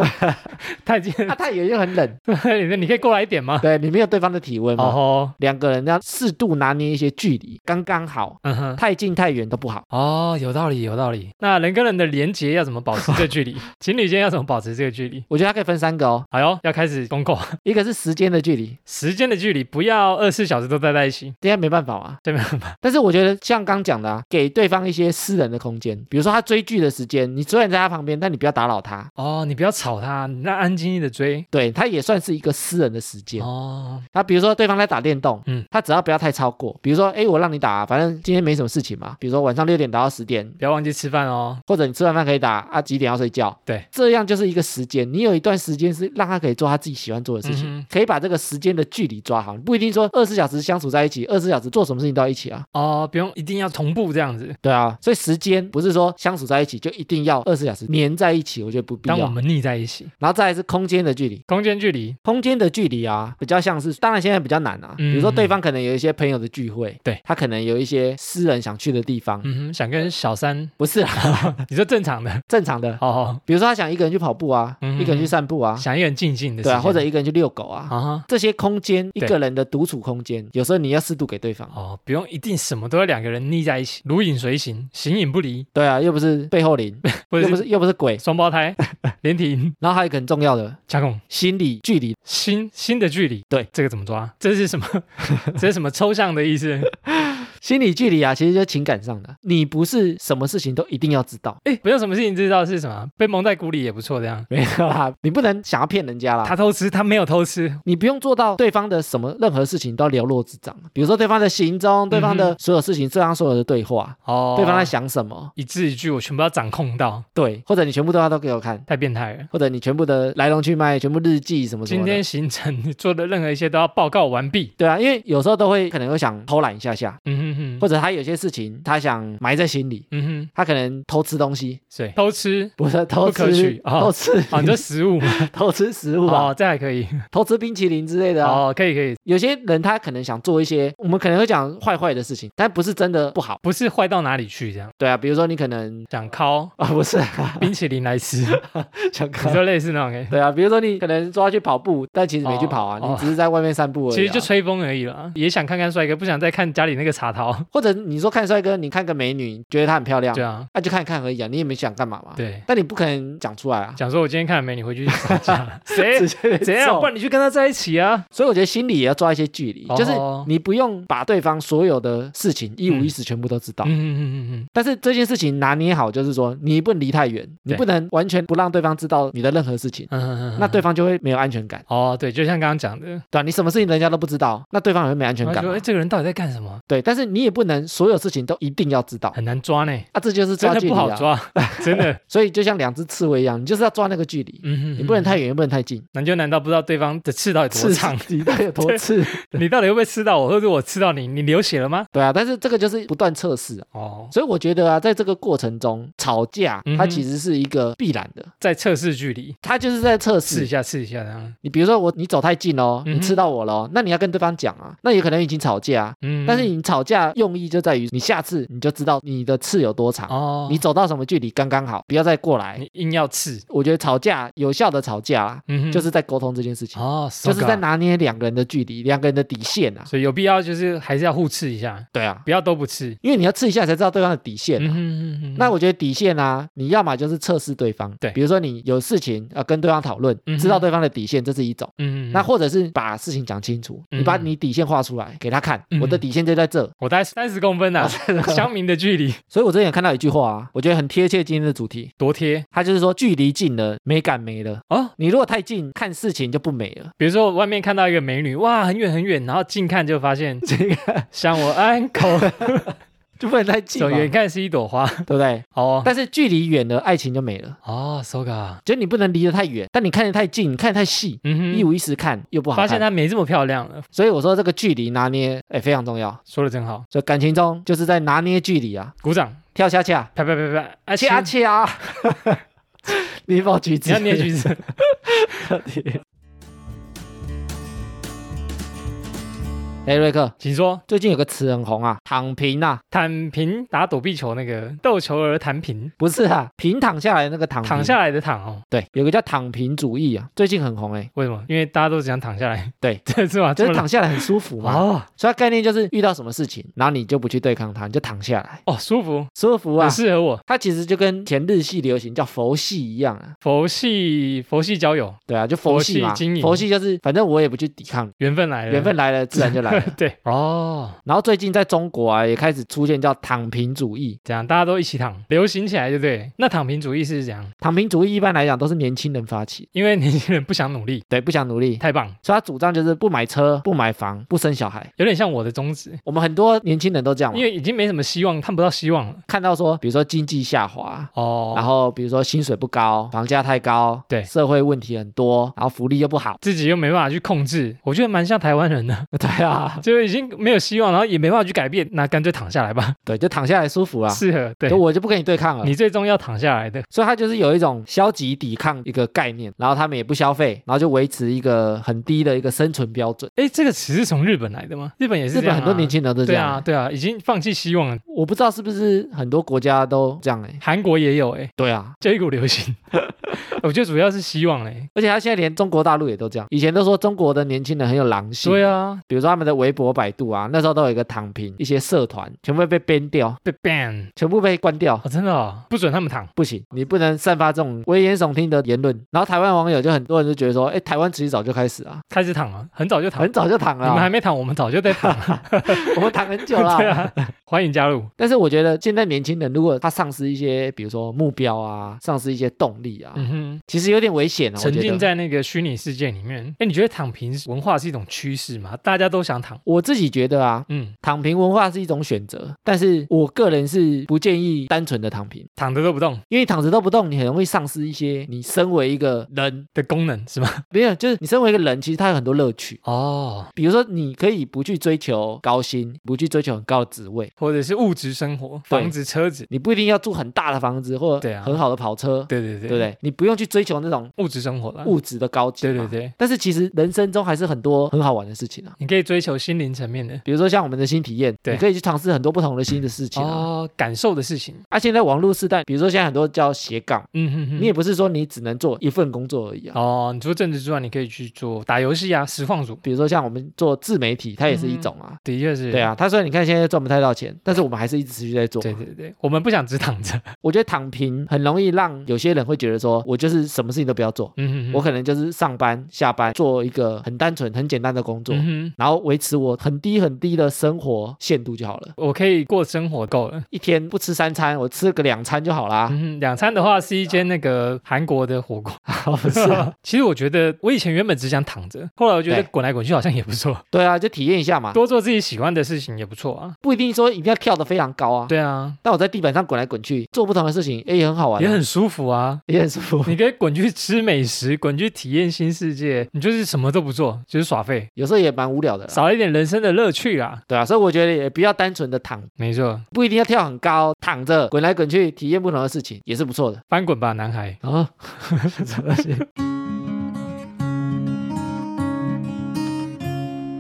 Speaker 1: 太近，
Speaker 2: 啊，他也就很冷，
Speaker 1: 你你可以过来一点吗？
Speaker 2: 对你没有对方的体温嘛，
Speaker 1: 哦吼，
Speaker 2: 两个人要适度拿捏一些距离，刚刚好，
Speaker 1: 嗯哼。
Speaker 2: 太近太远都不好。
Speaker 1: 哦，有道理，有道理。那人跟人的连接要怎么保持这个 距离？情侣间要怎么保持这个距离？
Speaker 2: 我觉得它可以分三个哦，
Speaker 1: 好哟，要开始公告。
Speaker 2: 一个是时间的距离，
Speaker 1: 时间的距离，不要二十四小时都待在一起，
Speaker 2: 这样没办法嘛。
Speaker 1: 对吧？
Speaker 2: 但是我觉得像刚讲的啊，给对方一些私人的空间，比如说他追剧的时间，你虽然在他旁边，但你不要打扰他，
Speaker 1: 哦，你不要吵他，你让安静的追。
Speaker 2: 对他也算是一个私人的时间。
Speaker 1: 哦，
Speaker 2: 他比如说对方在打电动，
Speaker 1: 嗯
Speaker 2: 嗯，他只要不要太超过，比如说哎我让你打、反正今天没什么事情嘛，比如说晚上六点打到十点，
Speaker 1: 不要忘记吃饭哦。
Speaker 2: 或者你吃完饭可以打啊，几点要睡觉？
Speaker 1: 对，
Speaker 2: 这样就是一个时间，你有一段时间是让他可以做他自己喜欢做的事情，
Speaker 1: 嗯哼
Speaker 2: 可以把这个时间的距离抓好，不一定说二十四小时相处在一起，二十四小时做什么事情都要一起啊。
Speaker 1: 哦，不用一定要同步这样子。
Speaker 2: 对啊，所以时间不是说相处在一起就一定要二十四小时黏在一起，我觉得不必
Speaker 1: 当我
Speaker 2: 要。
Speaker 1: 们腻在一起，
Speaker 2: 然后再来是空间的距离，
Speaker 1: 空间距离，
Speaker 2: 空间的距离啊，比较像是，当然现在比较难啊。
Speaker 1: 嗯
Speaker 2: 比如说对方可能有一些朋友的聚会，
Speaker 1: 对
Speaker 2: 他可能有一些私人想去的地方，
Speaker 1: 嗯哼，想跟小 三，
Speaker 2: 不是啦，
Speaker 1: 你说正常的，
Speaker 2: 正常的。
Speaker 1: 好好，
Speaker 2: 比如说他想一个人去跑步啊，
Speaker 1: 嗯
Speaker 2: 一个人去散步啊，
Speaker 1: 想一个人静静的时
Speaker 2: 对
Speaker 1: 间，
Speaker 2: 啊，或者一个人去遛狗啊，
Speaker 1: 啊哈。
Speaker 2: 这些空间，一
Speaker 1: 对
Speaker 2: 个人的独处空间，有时候你要适度给对方。
Speaker 1: 哦，不用一定什么都要两个人腻在一起，如影随形，形影不离，
Speaker 2: 对啊，又不是背后 灵，
Speaker 1: 或
Speaker 2: 又
Speaker 1: 者
Speaker 2: 不
Speaker 1: 是
Speaker 2: 是又不是鬼。
Speaker 1: 双胞 胎连体婴，
Speaker 2: 然后还有一个很重要的
Speaker 1: 加工
Speaker 2: 心理距离，
Speaker 1: 新新的距离，
Speaker 2: 对，
Speaker 1: 这个怎么抓？这是什 么？这是什么抽象的意思？
Speaker 2: 心理距离啊，其实就是情感上的。你不是什么事情都一定要知 道，
Speaker 1: 哎，不用什么事情知道是什么，被蒙在鼓里也不错，这样。
Speaker 2: 没有啦，你不能想要骗人家啦。
Speaker 1: 他偷吃，他没有偷吃，
Speaker 2: 你不用做到对方的什么任何事情都了若指掌，比如说对方的行踪、对方的所有事情、对方所有的对话、
Speaker 1: 嗯哦，
Speaker 2: 对方在想什么，
Speaker 1: 一字一句我全部要掌控到，
Speaker 2: 对，或者你全部对话都给我看，
Speaker 1: 太变态了。
Speaker 2: 或者你全部的来龙去脉、全部日记什么什么
Speaker 1: 今
Speaker 2: 的。
Speaker 1: 天行程你做的任何一些都要报告完毕。
Speaker 2: 对啊，因为有时候都会可能会想偷懒一下下，
Speaker 1: 嗯哼哼，
Speaker 2: 或者他有些事情他想埋在心里，
Speaker 1: 嗯哼，
Speaker 2: 他可能偷吃东西，
Speaker 1: 对，偷吃
Speaker 2: 不是偷
Speaker 1: 不可取
Speaker 2: 吃，
Speaker 1: 啊
Speaker 2: 偷吃，
Speaker 1: 啊，你说食物嘛，
Speaker 2: 偷吃食物啊，
Speaker 1: 哦，这还可以，
Speaker 2: 偷吃冰淇淋之类的啊。
Speaker 1: 哦，可以可以，
Speaker 2: 有些人他可能想做一些我们可能会讲坏坏的事情，但不是真的不好。
Speaker 1: 不是坏到哪里去这样，
Speaker 2: 对啊，比如说你可能
Speaker 1: 想烤
Speaker 2: 啊不是 啊
Speaker 1: 冰淇淋来 吃，
Speaker 2: 想
Speaker 1: 你
Speaker 2: 看。
Speaker 1: 说类似那种感觉，
Speaker 2: 对啊，比如说你可能说要去跑步，但其实没去跑啊，
Speaker 1: 哦
Speaker 2: 你只是在外面散步而已、啊。
Speaker 1: 其实就吹风而已啦，也想看看帅哥，不想再看家里那个茶 桃，
Speaker 2: 或者你说看帅哥，你看个美女，觉得她很漂亮，
Speaker 1: 对啊，
Speaker 2: 那、就看一看而已啊，你也没想干嘛嘛。
Speaker 1: 对。
Speaker 2: 但你不可能讲出来 啊。
Speaker 1: 讲说，我今天看了没？你回去吵 架，谁
Speaker 2: 直接
Speaker 1: 怎样？
Speaker 2: 揍
Speaker 1: 不然你去跟他在一起啊！
Speaker 2: 所以我觉得心里也要抓一些距离，
Speaker 1: 哦
Speaker 2: 就是你不用把对方所有的事情一五
Speaker 1: 嗯
Speaker 2: 一十全部都知道，
Speaker 1: 嗯嗯嗯嗯嗯，
Speaker 2: 但是这件事情拿捏好，就是说你不能离太远，你
Speaker 1: 对
Speaker 2: 不能完全不让对方知道你的任何事情，
Speaker 1: 嗯嗯嗯，
Speaker 2: 那
Speaker 1: 嗯
Speaker 2: 对方就会没有安全感，
Speaker 1: 哦，对，就像刚刚讲的，
Speaker 2: 对吧、你什么事情人家都不知道，那对方也会没安全
Speaker 1: 他
Speaker 2: 感
Speaker 1: 说，
Speaker 2: 嘛
Speaker 1: 哎，。这个人到底在干什么？
Speaker 2: 对，但是你也不不能所有事情都一定要知道
Speaker 1: 很难抓呢，
Speaker 2: 啊，这就是
Speaker 1: 真
Speaker 2: 抓
Speaker 1: 的
Speaker 2: 距
Speaker 1: 不
Speaker 2: 离
Speaker 1: 好
Speaker 2: 啊。
Speaker 1: 抓， 真的，
Speaker 2: 所以就像两只刺猬一样，你就是要抓那个距离，
Speaker 1: 嗯哼，
Speaker 2: 你不
Speaker 1: 嗯
Speaker 2: 能太远，也不能太近。
Speaker 1: 难就难道不知道对方的刺到底多
Speaker 2: 刺
Speaker 1: 长？
Speaker 2: 你到底有多刺？
Speaker 1: 你到底会不会刺到我，或者我刺到你？你流血了吗？
Speaker 2: 对啊，但是这个就是不断测试啊。
Speaker 1: 哦，
Speaker 2: 所以我觉得啊，在这个过程中，吵架
Speaker 1: 嗯
Speaker 2: 它
Speaker 1: 哼
Speaker 2: 其实是一个必然的，
Speaker 1: 在测试距离，
Speaker 2: 它就是在测
Speaker 1: 刺一
Speaker 2: 试。
Speaker 1: 下，刺一下，这样。
Speaker 2: 你比如说我，你走太近哦，
Speaker 1: 嗯
Speaker 2: 你刺到我了哦，那你要跟对方讲啊，那有可能已经吵架啊。
Speaker 1: 嗯，
Speaker 2: 但是你吵架用意就在于，你下次你就知道你的刺有多长，
Speaker 1: 哦，
Speaker 2: 你走到什么距离刚刚好，不要再过来。
Speaker 1: 你硬要刺，
Speaker 2: 我觉得吵架有效的吵架啊，
Speaker 1: 嗯哼，
Speaker 2: 就是在沟通这件事情，
Speaker 1: 哦，
Speaker 2: 就是在
Speaker 1: so-ga
Speaker 2: 拿捏两个人的距离，两个人的底线啊。
Speaker 1: 所以有必要就是还是要互刺一下，
Speaker 2: 对啊，
Speaker 1: 不要都不刺。
Speaker 2: 因为你要刺一下才知道对方的底线啊
Speaker 1: 嗯哼嗯哼，
Speaker 2: 那我觉得底线啊，你要么就是测试对方，
Speaker 1: 对
Speaker 2: 比如说你有事情要跟对方讨论，
Speaker 1: 嗯哼
Speaker 2: 知道对方的底线，这是一种。
Speaker 1: 嗯，
Speaker 2: 那
Speaker 1: 那
Speaker 2: 或者是把事情讲清楚，
Speaker 1: 嗯
Speaker 2: 你把你底线画出来给他看，
Speaker 1: 嗯
Speaker 2: 我的底线就在这。
Speaker 1: 我大概三十公分啊，乡民的距离
Speaker 2: 所以我之前有看到一句话啊，我觉得很贴切今天的主题，
Speaker 1: 多贴
Speaker 2: 它就是说距离近了，美感没了。
Speaker 1: 哦。
Speaker 2: 你如果太近，看事情就不美了。
Speaker 1: 比如说我外面看到一个美女，哇，很远很远，然后近看就发现这个像我 uncle，
Speaker 2: 就不能太近
Speaker 1: 走
Speaker 2: 嘛，
Speaker 1: 远
Speaker 2: 对
Speaker 1: 看是一朵花。
Speaker 2: 不对？
Speaker 1: 哦
Speaker 2: 但是距离远了，爱情就没了。
Speaker 1: 哦，soga，
Speaker 2: 就你不能离得太远，但你看得太近，你看得太细，
Speaker 1: 嗯
Speaker 2: 一
Speaker 1: 哼，
Speaker 2: 五一十看又不好
Speaker 1: 发
Speaker 2: 看。
Speaker 1: 现她没这么漂亮了，
Speaker 2: 所以我说这个距离拿捏，哎，非常重要。
Speaker 1: 说的真好，
Speaker 2: 所以感情中就是在拿捏距离啊，
Speaker 1: 鼓掌，
Speaker 2: 跳恰恰，
Speaker 1: 啪啪啪啪，啊
Speaker 2: 恰
Speaker 1: 亲
Speaker 2: 恰， 你把橘 子，
Speaker 1: 你要捏橘子。
Speaker 2: 子。 哎，瑞克，
Speaker 1: 请说，
Speaker 2: 最近有个词很红啊，躺平啊，
Speaker 1: 躺平打躲避球那个斗球儿弹平，
Speaker 2: 不是啊，平躺下来那个躺平
Speaker 1: 躺下，来的躺哦。
Speaker 2: 对，有个叫躺平主义啊，最近很红哎、
Speaker 1: 为什么？因为大家都只想躺下来。
Speaker 2: 对
Speaker 1: 这是吗？这
Speaker 2: 就是
Speaker 1: 么
Speaker 2: 躺下来很舒服嘛，
Speaker 1: 哦
Speaker 2: 所以它概念就是遇到什么事情，然后你就不去对抗它，你就躺下来，
Speaker 1: 哦，舒服，
Speaker 2: 舒服啊
Speaker 1: 很。适合我。
Speaker 2: 它其实就跟前日系流行叫佛系一样啊，
Speaker 1: 佛系佛系交友，
Speaker 2: 对啊，就佛系嘛
Speaker 1: 佛系经，营哎
Speaker 2: 佛系就是反正我也不去抵抗，
Speaker 1: 缘分来了，
Speaker 2: 缘分来了自然就 来了。
Speaker 1: 对哦，
Speaker 2: 然后最近在中国啊，也开始出现叫躺平主义。
Speaker 1: 这样大家都一起躺，流行起来，对不对？那躺平主义是怎样？
Speaker 2: 躺平主义一般来讲都是年轻人发起，
Speaker 1: 因为年轻人不想努力，
Speaker 2: 对，不想努力，
Speaker 1: 太棒，
Speaker 2: 所以他主张就是不买车、不买房、不生小孩。
Speaker 1: 有点像我的宗 旨，
Speaker 2: 我们很多年轻人都这样嘛
Speaker 1: 因，为已经没什么希望，看不到希望了。
Speaker 2: 看到说，比如说经济下滑。然
Speaker 1: 哦，
Speaker 2: 后比如说薪水不高，房价太高，
Speaker 1: 对
Speaker 2: 社会问题很多，然后福利又不好，
Speaker 1: 自己又没办法去控制，我觉得蛮像台湾人的，
Speaker 2: 对啊，
Speaker 1: 就已经没有希望，然后也没办法去改变，那干脆躺下来吧，
Speaker 2: 对，就躺下来舒服啊，
Speaker 1: 适合对
Speaker 2: 就。我就啊不跟你对抗了
Speaker 1: 你。最终要躺下来的，
Speaker 2: 所以他就是有一种消极抵抗一个概念，然后他们也不消费，然后就维持一个很低的一个生存标准。
Speaker 1: 哎，这个词是从日本来的吗？日本也是这
Speaker 2: 日本
Speaker 1: 样啊、
Speaker 2: 很多年轻人都这
Speaker 1: 对
Speaker 2: 样、欸
Speaker 1: 啊，对啊，已经放弃希望了。
Speaker 2: 我不知道是不是很多国家都这样哎、
Speaker 1: 韩国也有哎、欸，
Speaker 2: 对啊，
Speaker 1: 这一股流 行，我觉得主要是希望哎、
Speaker 2: 而且他现在连中国大陆也都这样。以前都说中国的年轻人很有狼性，
Speaker 1: 对啊，
Speaker 2: 比如说他们的微博、百度啊，那时候都有一个躺平，一些社团全部被 ban 掉，
Speaker 1: 被 ban
Speaker 2: 全部被关掉。
Speaker 1: 哦，真的、哦、不准他们躺，
Speaker 2: 不行，你不能散发这种危言耸听的言论。然后台湾网友就很多人就觉得说，哎，台湾其实早就开始啊，
Speaker 1: 开始躺了，很早就躺，
Speaker 2: 很早就躺了
Speaker 1: 你们还
Speaker 2: 啊、
Speaker 1: 没躺，我们早就在躺 了。
Speaker 2: 我们躺很久 了。
Speaker 1: 对啊，欢迎加入。
Speaker 2: 但是我觉得现在年轻人如果他丧失一些，比如说目标啊，丧失一些动力啊，
Speaker 1: 嗯
Speaker 2: 其实有点危险啊。
Speaker 1: 哼，
Speaker 2: 我
Speaker 1: 沉
Speaker 2: 觉
Speaker 1: 浸
Speaker 2: 得
Speaker 1: 在那个虚拟世界里面。哎，你觉得躺平文化是一种趋势吗？大家都想躺。
Speaker 2: 我自己觉得啊，
Speaker 1: 嗯，
Speaker 2: 躺平文化是一种选择，但是我个人是不建议单纯的躺平，
Speaker 1: 躺着都不动
Speaker 2: 因为躺着都不动，你很容易丧失一些你身为一个人，
Speaker 1: 的功能是 吗？
Speaker 2: 没有，就是你身为一个人，其实他有很多乐趣。
Speaker 1: 哦，
Speaker 2: 比如说，你可以不去追求高薪，不去追求很高的职位，
Speaker 1: 或者是物质生活，
Speaker 2: 对
Speaker 1: 房子、车子。
Speaker 2: 你不一定要住很大的房子或
Speaker 1: 对啊
Speaker 2: 很好的跑车，
Speaker 1: 对对对，
Speaker 2: 对不对？你不用去追求那种
Speaker 1: 物质生活啦。
Speaker 2: 物质的高级。
Speaker 1: 对对。对，
Speaker 2: 但是其实人生中还是很多很好玩的事情啊，
Speaker 1: 你可以追求心灵层面的。
Speaker 2: 比如说像我们的新体验，
Speaker 1: 对
Speaker 2: 你可以去尝试很多不同的新的事情啊。
Speaker 1: 哦，感受的事情，
Speaker 2: 啊，现在网络时代，比如说现在很多叫斜杠，
Speaker 1: 嗯哼哼，
Speaker 2: 你也不是说你只能做一份工作而已啊。
Speaker 1: 哦，你说政治之外，你可以去做打游戏啊，实况组，
Speaker 2: 比如说像我们做自媒体，它也
Speaker 1: 嗯
Speaker 2: 是一种啊。
Speaker 1: 的确是。
Speaker 2: 对，啊，它虽然你看现在赚不太到钱，但是我们还是一直持续在做。
Speaker 1: 对对对，我们不想只躺着。
Speaker 2: 我觉得躺平很容易让有些人会觉得说，说我就是什么事情都不要做，
Speaker 1: 嗯哼哼，
Speaker 2: 我可能就是上班下班做一个很单纯很简单的工作，
Speaker 1: 嗯哼，
Speaker 2: 然后维持我很低很低的生活限度就好了。
Speaker 1: 我可以过生活够了。
Speaker 2: 一天不吃三餐，我吃个两餐就好啦。
Speaker 1: 嗯哼，两餐的话是一间那个韩国的火锅。
Speaker 2: 好不是啊啊
Speaker 1: 其实我觉得我以前原本只想躺着，后来我觉得
Speaker 2: 对
Speaker 1: 滚来滚去好像也不 错，
Speaker 2: 对啊，就体验一下嘛，
Speaker 1: 多做自己喜欢的事情也不错啊。
Speaker 2: 不一定说一定要跳得非常高啊。
Speaker 1: 对啊，
Speaker 2: 但我在地板上滚来滚去，做不同的事情，哎，也很好玩啊、
Speaker 1: 也很舒服啊。
Speaker 2: 也很舒服。
Speaker 1: 你可以滚去吃美食，滚去体验新世界，你就是什么都不做，就是耍废，
Speaker 2: 有时候也蛮无聊的啦，
Speaker 1: 少了一点人生的乐趣啦。
Speaker 2: 对啊，所以我觉得也不要单纯的躺，
Speaker 1: 没错，
Speaker 2: 不一定要跳很高，躺着滚来滚去，体验不同的事情也是不错的
Speaker 1: 翻滚吧，男孩。
Speaker 2: 啊。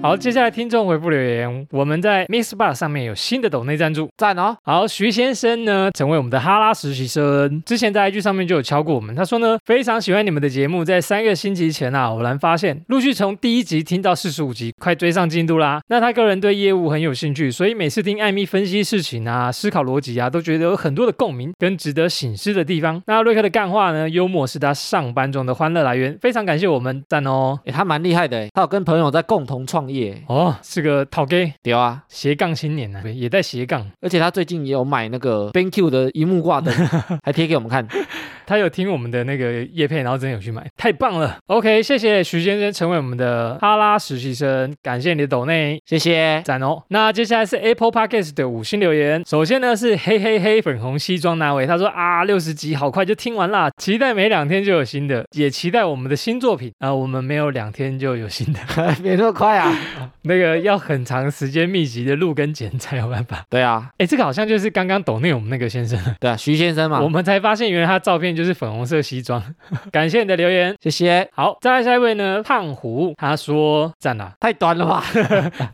Speaker 1: 好，接下来听众回复留言，我们在 Mix Bar 上面有新的抖内赞助。
Speaker 2: 赞哦，
Speaker 1: 好，徐先生呢，成为我们的哈拉实习生，之前在 IG 上面就有敲过我们，他说呢，非常喜欢你们的节目，在三个星期前啊，偶然发现，陆续从第一集听到四十五集，快追上进度啦。那他个人对业务很有兴趣，所以每次听艾米分析事情啊，思考逻辑啊，都觉得有很多的共鸣跟值得省思的地方。那瑞克的干话呢，幽默是他上班中的欢乐来源，非常感谢我们，赞哦。
Speaker 2: 诶，他蛮厉害的诶，他有跟朋友在共同创业，
Speaker 1: 哦，是个讨 gay
Speaker 2: 对啊，
Speaker 1: 斜杠青年呢、啊，也在斜杠。
Speaker 2: 而且他最近也有买那个 BenQ 的荧幕挂灯，还贴给我们 看，
Speaker 1: 他有听我们的那个叶片，然后真的有去买，太棒了。OK，谢谢徐先生成为我们的哈拉实习生，感谢你的抖内。
Speaker 2: 谢谢。
Speaker 1: 赞哦！那接下来是 Apple Podcast 的五星留言。首先呢是嘿嘿嘿粉红西装那位，他说啊六十集好快就听完啦，期待每两天就有新的，也期待我们的新作品啊、我们没有两天就有新的，
Speaker 2: 别那么快啊！
Speaker 1: 那个要很长时间密集的录跟剪才有办法。
Speaker 2: 对啊，
Speaker 1: 哎，这个好像就是刚刚抖内我们那个先生，
Speaker 2: 对啊，徐先生嘛
Speaker 1: 我，们才发现原来他照片就是粉红色西装。 感谢你的留言。
Speaker 2: 谢谢。
Speaker 1: 好，再来下一位呢，胖虎，他说赞啦，
Speaker 2: 太短了吧？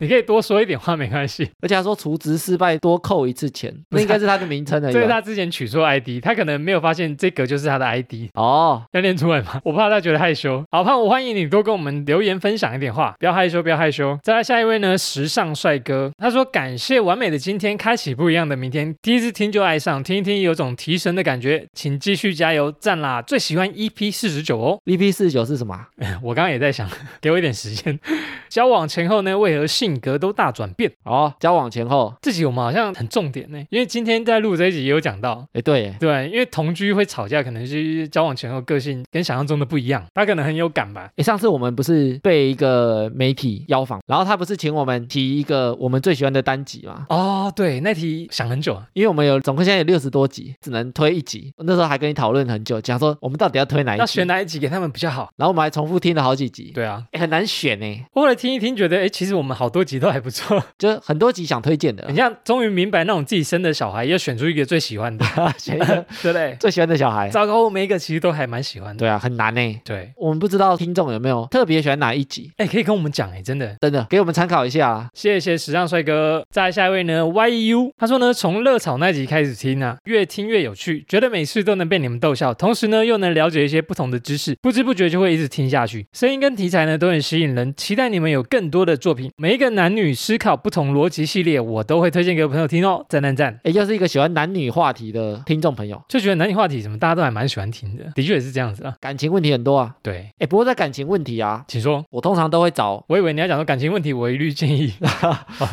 Speaker 1: 你可以多说一点话没关系。
Speaker 2: 而且他说除职失败多扣一次钱，那应该是啊他的名称而已
Speaker 1: 这是
Speaker 2: 吧。
Speaker 1: 他之前取错 ID，他可能没有发现这个就是他的 ID。
Speaker 2: 哦，
Speaker 1: 要念出来吗？ 我怕他觉得害羞。好，胖虎，欢迎你多跟我们留言分享一点话，不要害羞，不要害羞。再来下一位呢，时尚帅哥，他说感谢完美的今天，开启不一样的明天，第一次听就爱上，听一听有种提神的感觉，请继续加油，赞啦！最喜欢 EP 四十九哦。
Speaker 2: EP 四九是什么啊？
Speaker 1: 我刚刚也在想， 给我一点时间。 交往前后呢，为何性格都大转变？
Speaker 2: 哦，交往前后，
Speaker 1: 这集我们好像很重点呢，因为今天在录这一集也有讲到，
Speaker 2: 哎，对耶，
Speaker 1: 对，因为同居会吵架，可能是交往前后个性跟想象中的不一样，他可能很有感吧。
Speaker 2: 哎，上次我们不是被一个媒体邀访，然后他不是请我们提一个我们最喜欢的单集嘛？
Speaker 1: 哦，对，那题想很久啊，
Speaker 2: 因为我们有总共现在有六十多集，只能推一集。那时候还跟你讨论很久，讲说我们到底要推哪一
Speaker 1: 要
Speaker 2: 集
Speaker 1: 选，哪一集给他们比较好？
Speaker 2: 然后我们还重复听了好几集，
Speaker 1: 对啊，
Speaker 2: 诶很难选呢，
Speaker 1: 后来听一听，觉得哎，其实我们好多集都还不错，
Speaker 2: 就很多集想推荐的
Speaker 1: 很，像终于明白那种自己生的小孩要选出一个最喜欢的，
Speaker 2: 选一个
Speaker 1: 对不对？
Speaker 2: 最喜欢的小孩。
Speaker 1: 糟糕，我每一个其实都还蛮喜欢的。
Speaker 2: 对啊，很难呢。
Speaker 1: 对，
Speaker 2: 我们不知道听众有没有特别喜欢哪一集，
Speaker 1: 哎，可以跟我们讲哎，真的，
Speaker 2: 真的给我们参考一下啊。
Speaker 1: 谢谢时尚帅哥。再来下一位呢，YU，他说呢，从热炒那集开始听啊，越听越有趣，觉得每次都能被你们逗笑，同时呢又能了解一些不同的知识，不知不觉就会一直听下去。声音跟题材呢都很吸引人，期待你们有更多的作品。每一个男女思考不同逻辑系列，我都会推荐给我朋友听哦，赞赞赞！
Speaker 2: 哎，又是一个喜欢男女话题的听众朋友，
Speaker 1: 就觉得男女话题什么大家都还蛮喜欢听的，的确也是这样子啊。
Speaker 2: 感情问题很多啊。
Speaker 1: 对，
Speaker 2: 哎，不过在感情问题啊，
Speaker 1: 请说。
Speaker 2: 我通常都会找，
Speaker 1: 我以为你要讲说感情问题，我一律建议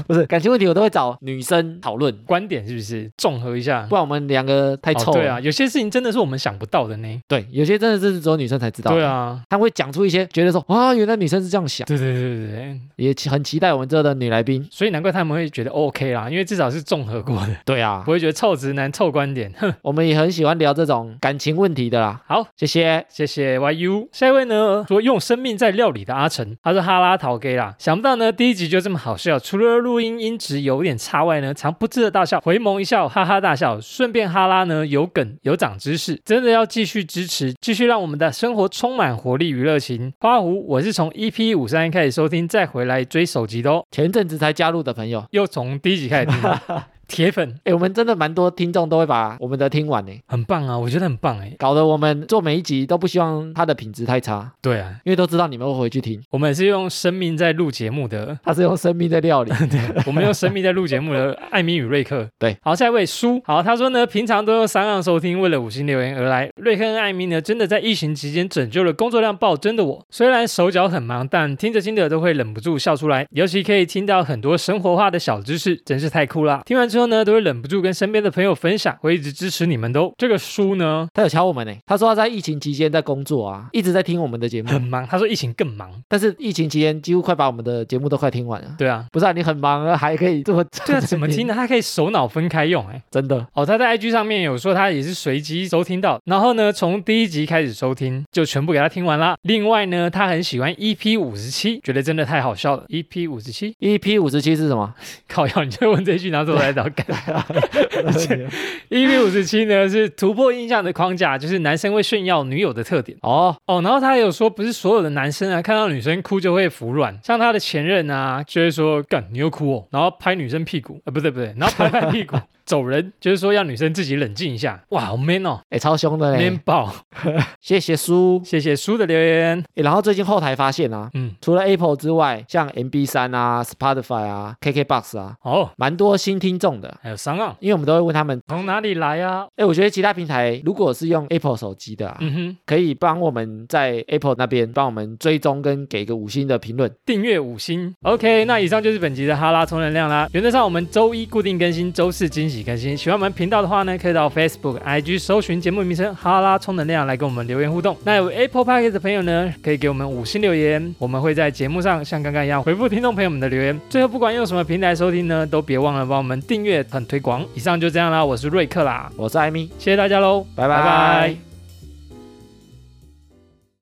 Speaker 2: 不是感情问题，我都会找女生讨论，
Speaker 1: 观点是不是综合一下
Speaker 2: 不？然我们两个太臭
Speaker 1: 哦，
Speaker 2: 了。
Speaker 1: 对啊，有些事情真的是我们想不到的呢。
Speaker 2: 对有些真的是只有女生才知道。
Speaker 1: 对，啊，
Speaker 2: 他会讲出一些觉得说啊，原来女生是这样想，
Speaker 1: 对对对对对，
Speaker 2: 也期很期待我们这的女来宾。
Speaker 1: 所以难怪他们会觉得 OK 啦，因为至少是综合过的，
Speaker 2: 对啊
Speaker 1: 不，会觉得臭直男、臭观点。哼，
Speaker 2: 我们也很喜欢聊这种感情问题的啦。
Speaker 1: 好。
Speaker 2: 谢谢，
Speaker 1: 谢谢 YU，下一位呢说用生命在料理的阿成，他是哈拉陶给啦，想不到呢第一集就这么好笑，除了录音音质有点差外呢，常不知的大笑，回眸一笑，哈哈大笑，顺便哈拉呢有梗有长知识，真的要继续支持，继续让我们的生活充满活力与热情。花狐，我是从 EP 五三开始收听，再回来追首集的哦，
Speaker 2: 前阵子才加入的朋友，
Speaker 1: 又从第一集开始听。铁粉，
Speaker 2: 哎，我们真的蛮多听众都会把我们的听完呢，
Speaker 1: 很棒啊，我觉得很棒哎、
Speaker 2: 搞得我们做每一集都不希望它的品质太差，
Speaker 1: 对啊，
Speaker 2: 因为都知道你们会回去听。
Speaker 1: 我们也是用生命在录节目 的，
Speaker 2: 它是用生命在料 理，
Speaker 1: 我们用生命在录节目的艾米与瑞克。
Speaker 2: 对，
Speaker 1: 好，下一位苏，好，他说呢，平常都用三浪收听，为了五星留言而来。瑞克跟艾米呢，真的在疫情期间拯救了工作量暴增的我。虽然手脚很忙，但听着听着都会忍不住笑出来，尤其可以听到很多生活化的小知识，真是太酷啦！听完之后呢，都会忍不住跟身边的朋友分享，会一直支持你们的哦。这个书呢，
Speaker 2: 他有敲我们呢，他说他在疫情期间在工作啊，一直在听我们的节目，
Speaker 1: 很忙，他说疫情更忙。
Speaker 2: 但是疫情期间几乎快把我们的节目都快听完了。
Speaker 1: 对 啊，
Speaker 2: 不是啊，你很忙啊，还可以这么
Speaker 1: 对啊，怎么听？呢？他可以手脑分开用、欸，哎。
Speaker 2: 真的，
Speaker 1: 哦，他在 IG 上面有说他也是随机收听到，然后呢，从第一集开始收听，就全部给他听完啦。另外呢，他很喜欢 EP 五十七，觉得真的太好笑了。EP 五十七，
Speaker 2: EP E 五十七是什么？
Speaker 1: 靠要你就问这句，拿走来找干。EP ，E 五十七呢是突破印象的框架，就是男生会炫耀女友的特点。
Speaker 2: 哦，
Speaker 1: 哦，然后他也有说，不是所有的男生啊，看到女生哭就会服软，像他的前任啊，就会说干你又哭哦，然后拍女生屁股，呃，不对不对，然后拍拍屁股 走人，就是说要女生自己冷静一下。哇，好 man 哦
Speaker 2: 哎，超凶的
Speaker 1: ，man
Speaker 2: 嘞！
Speaker 1: 爆！
Speaker 2: 谢谢叔。
Speaker 1: 谢谢书的留言，
Speaker 2: 诶然后最近后台发现啊，
Speaker 1: 嗯，
Speaker 2: 除了 Apple 之外，像 MB 三啊、Spotify 啊、KKBox 啊，
Speaker 1: 哦，
Speaker 2: 蛮多新听众的。
Speaker 1: 还有商岸
Speaker 2: 因为我们都会问他们，
Speaker 1: 从哪里来啊？
Speaker 2: 哎，我觉得其他平台如果是用 Apple 手机的啊，
Speaker 1: 嗯哼，
Speaker 2: 可以帮我们在 Apple 那边帮我们追踪跟给个五星的评论。
Speaker 1: 订阅五星。OK，那以上就是本集的哈拉充能量啦。原则上我们周一固定更新，周四惊喜更新。喜欢我们频道的话呢，可以到 Facebook、IG 搜寻节目名称“哈拉充能量”来跟我们留言互动。那有 Apple Podcast 的朋友呢，可以给我们五星留言，我们会在节目上像刚刚一样回复听众朋友们的留言。最后，不管用什么平台收听呢，都别忘了帮我们订阅和推广。以上就这样啦，我是瑞克啦，
Speaker 2: 我是艾米，
Speaker 1: 谢谢大家喽，
Speaker 2: 拜拜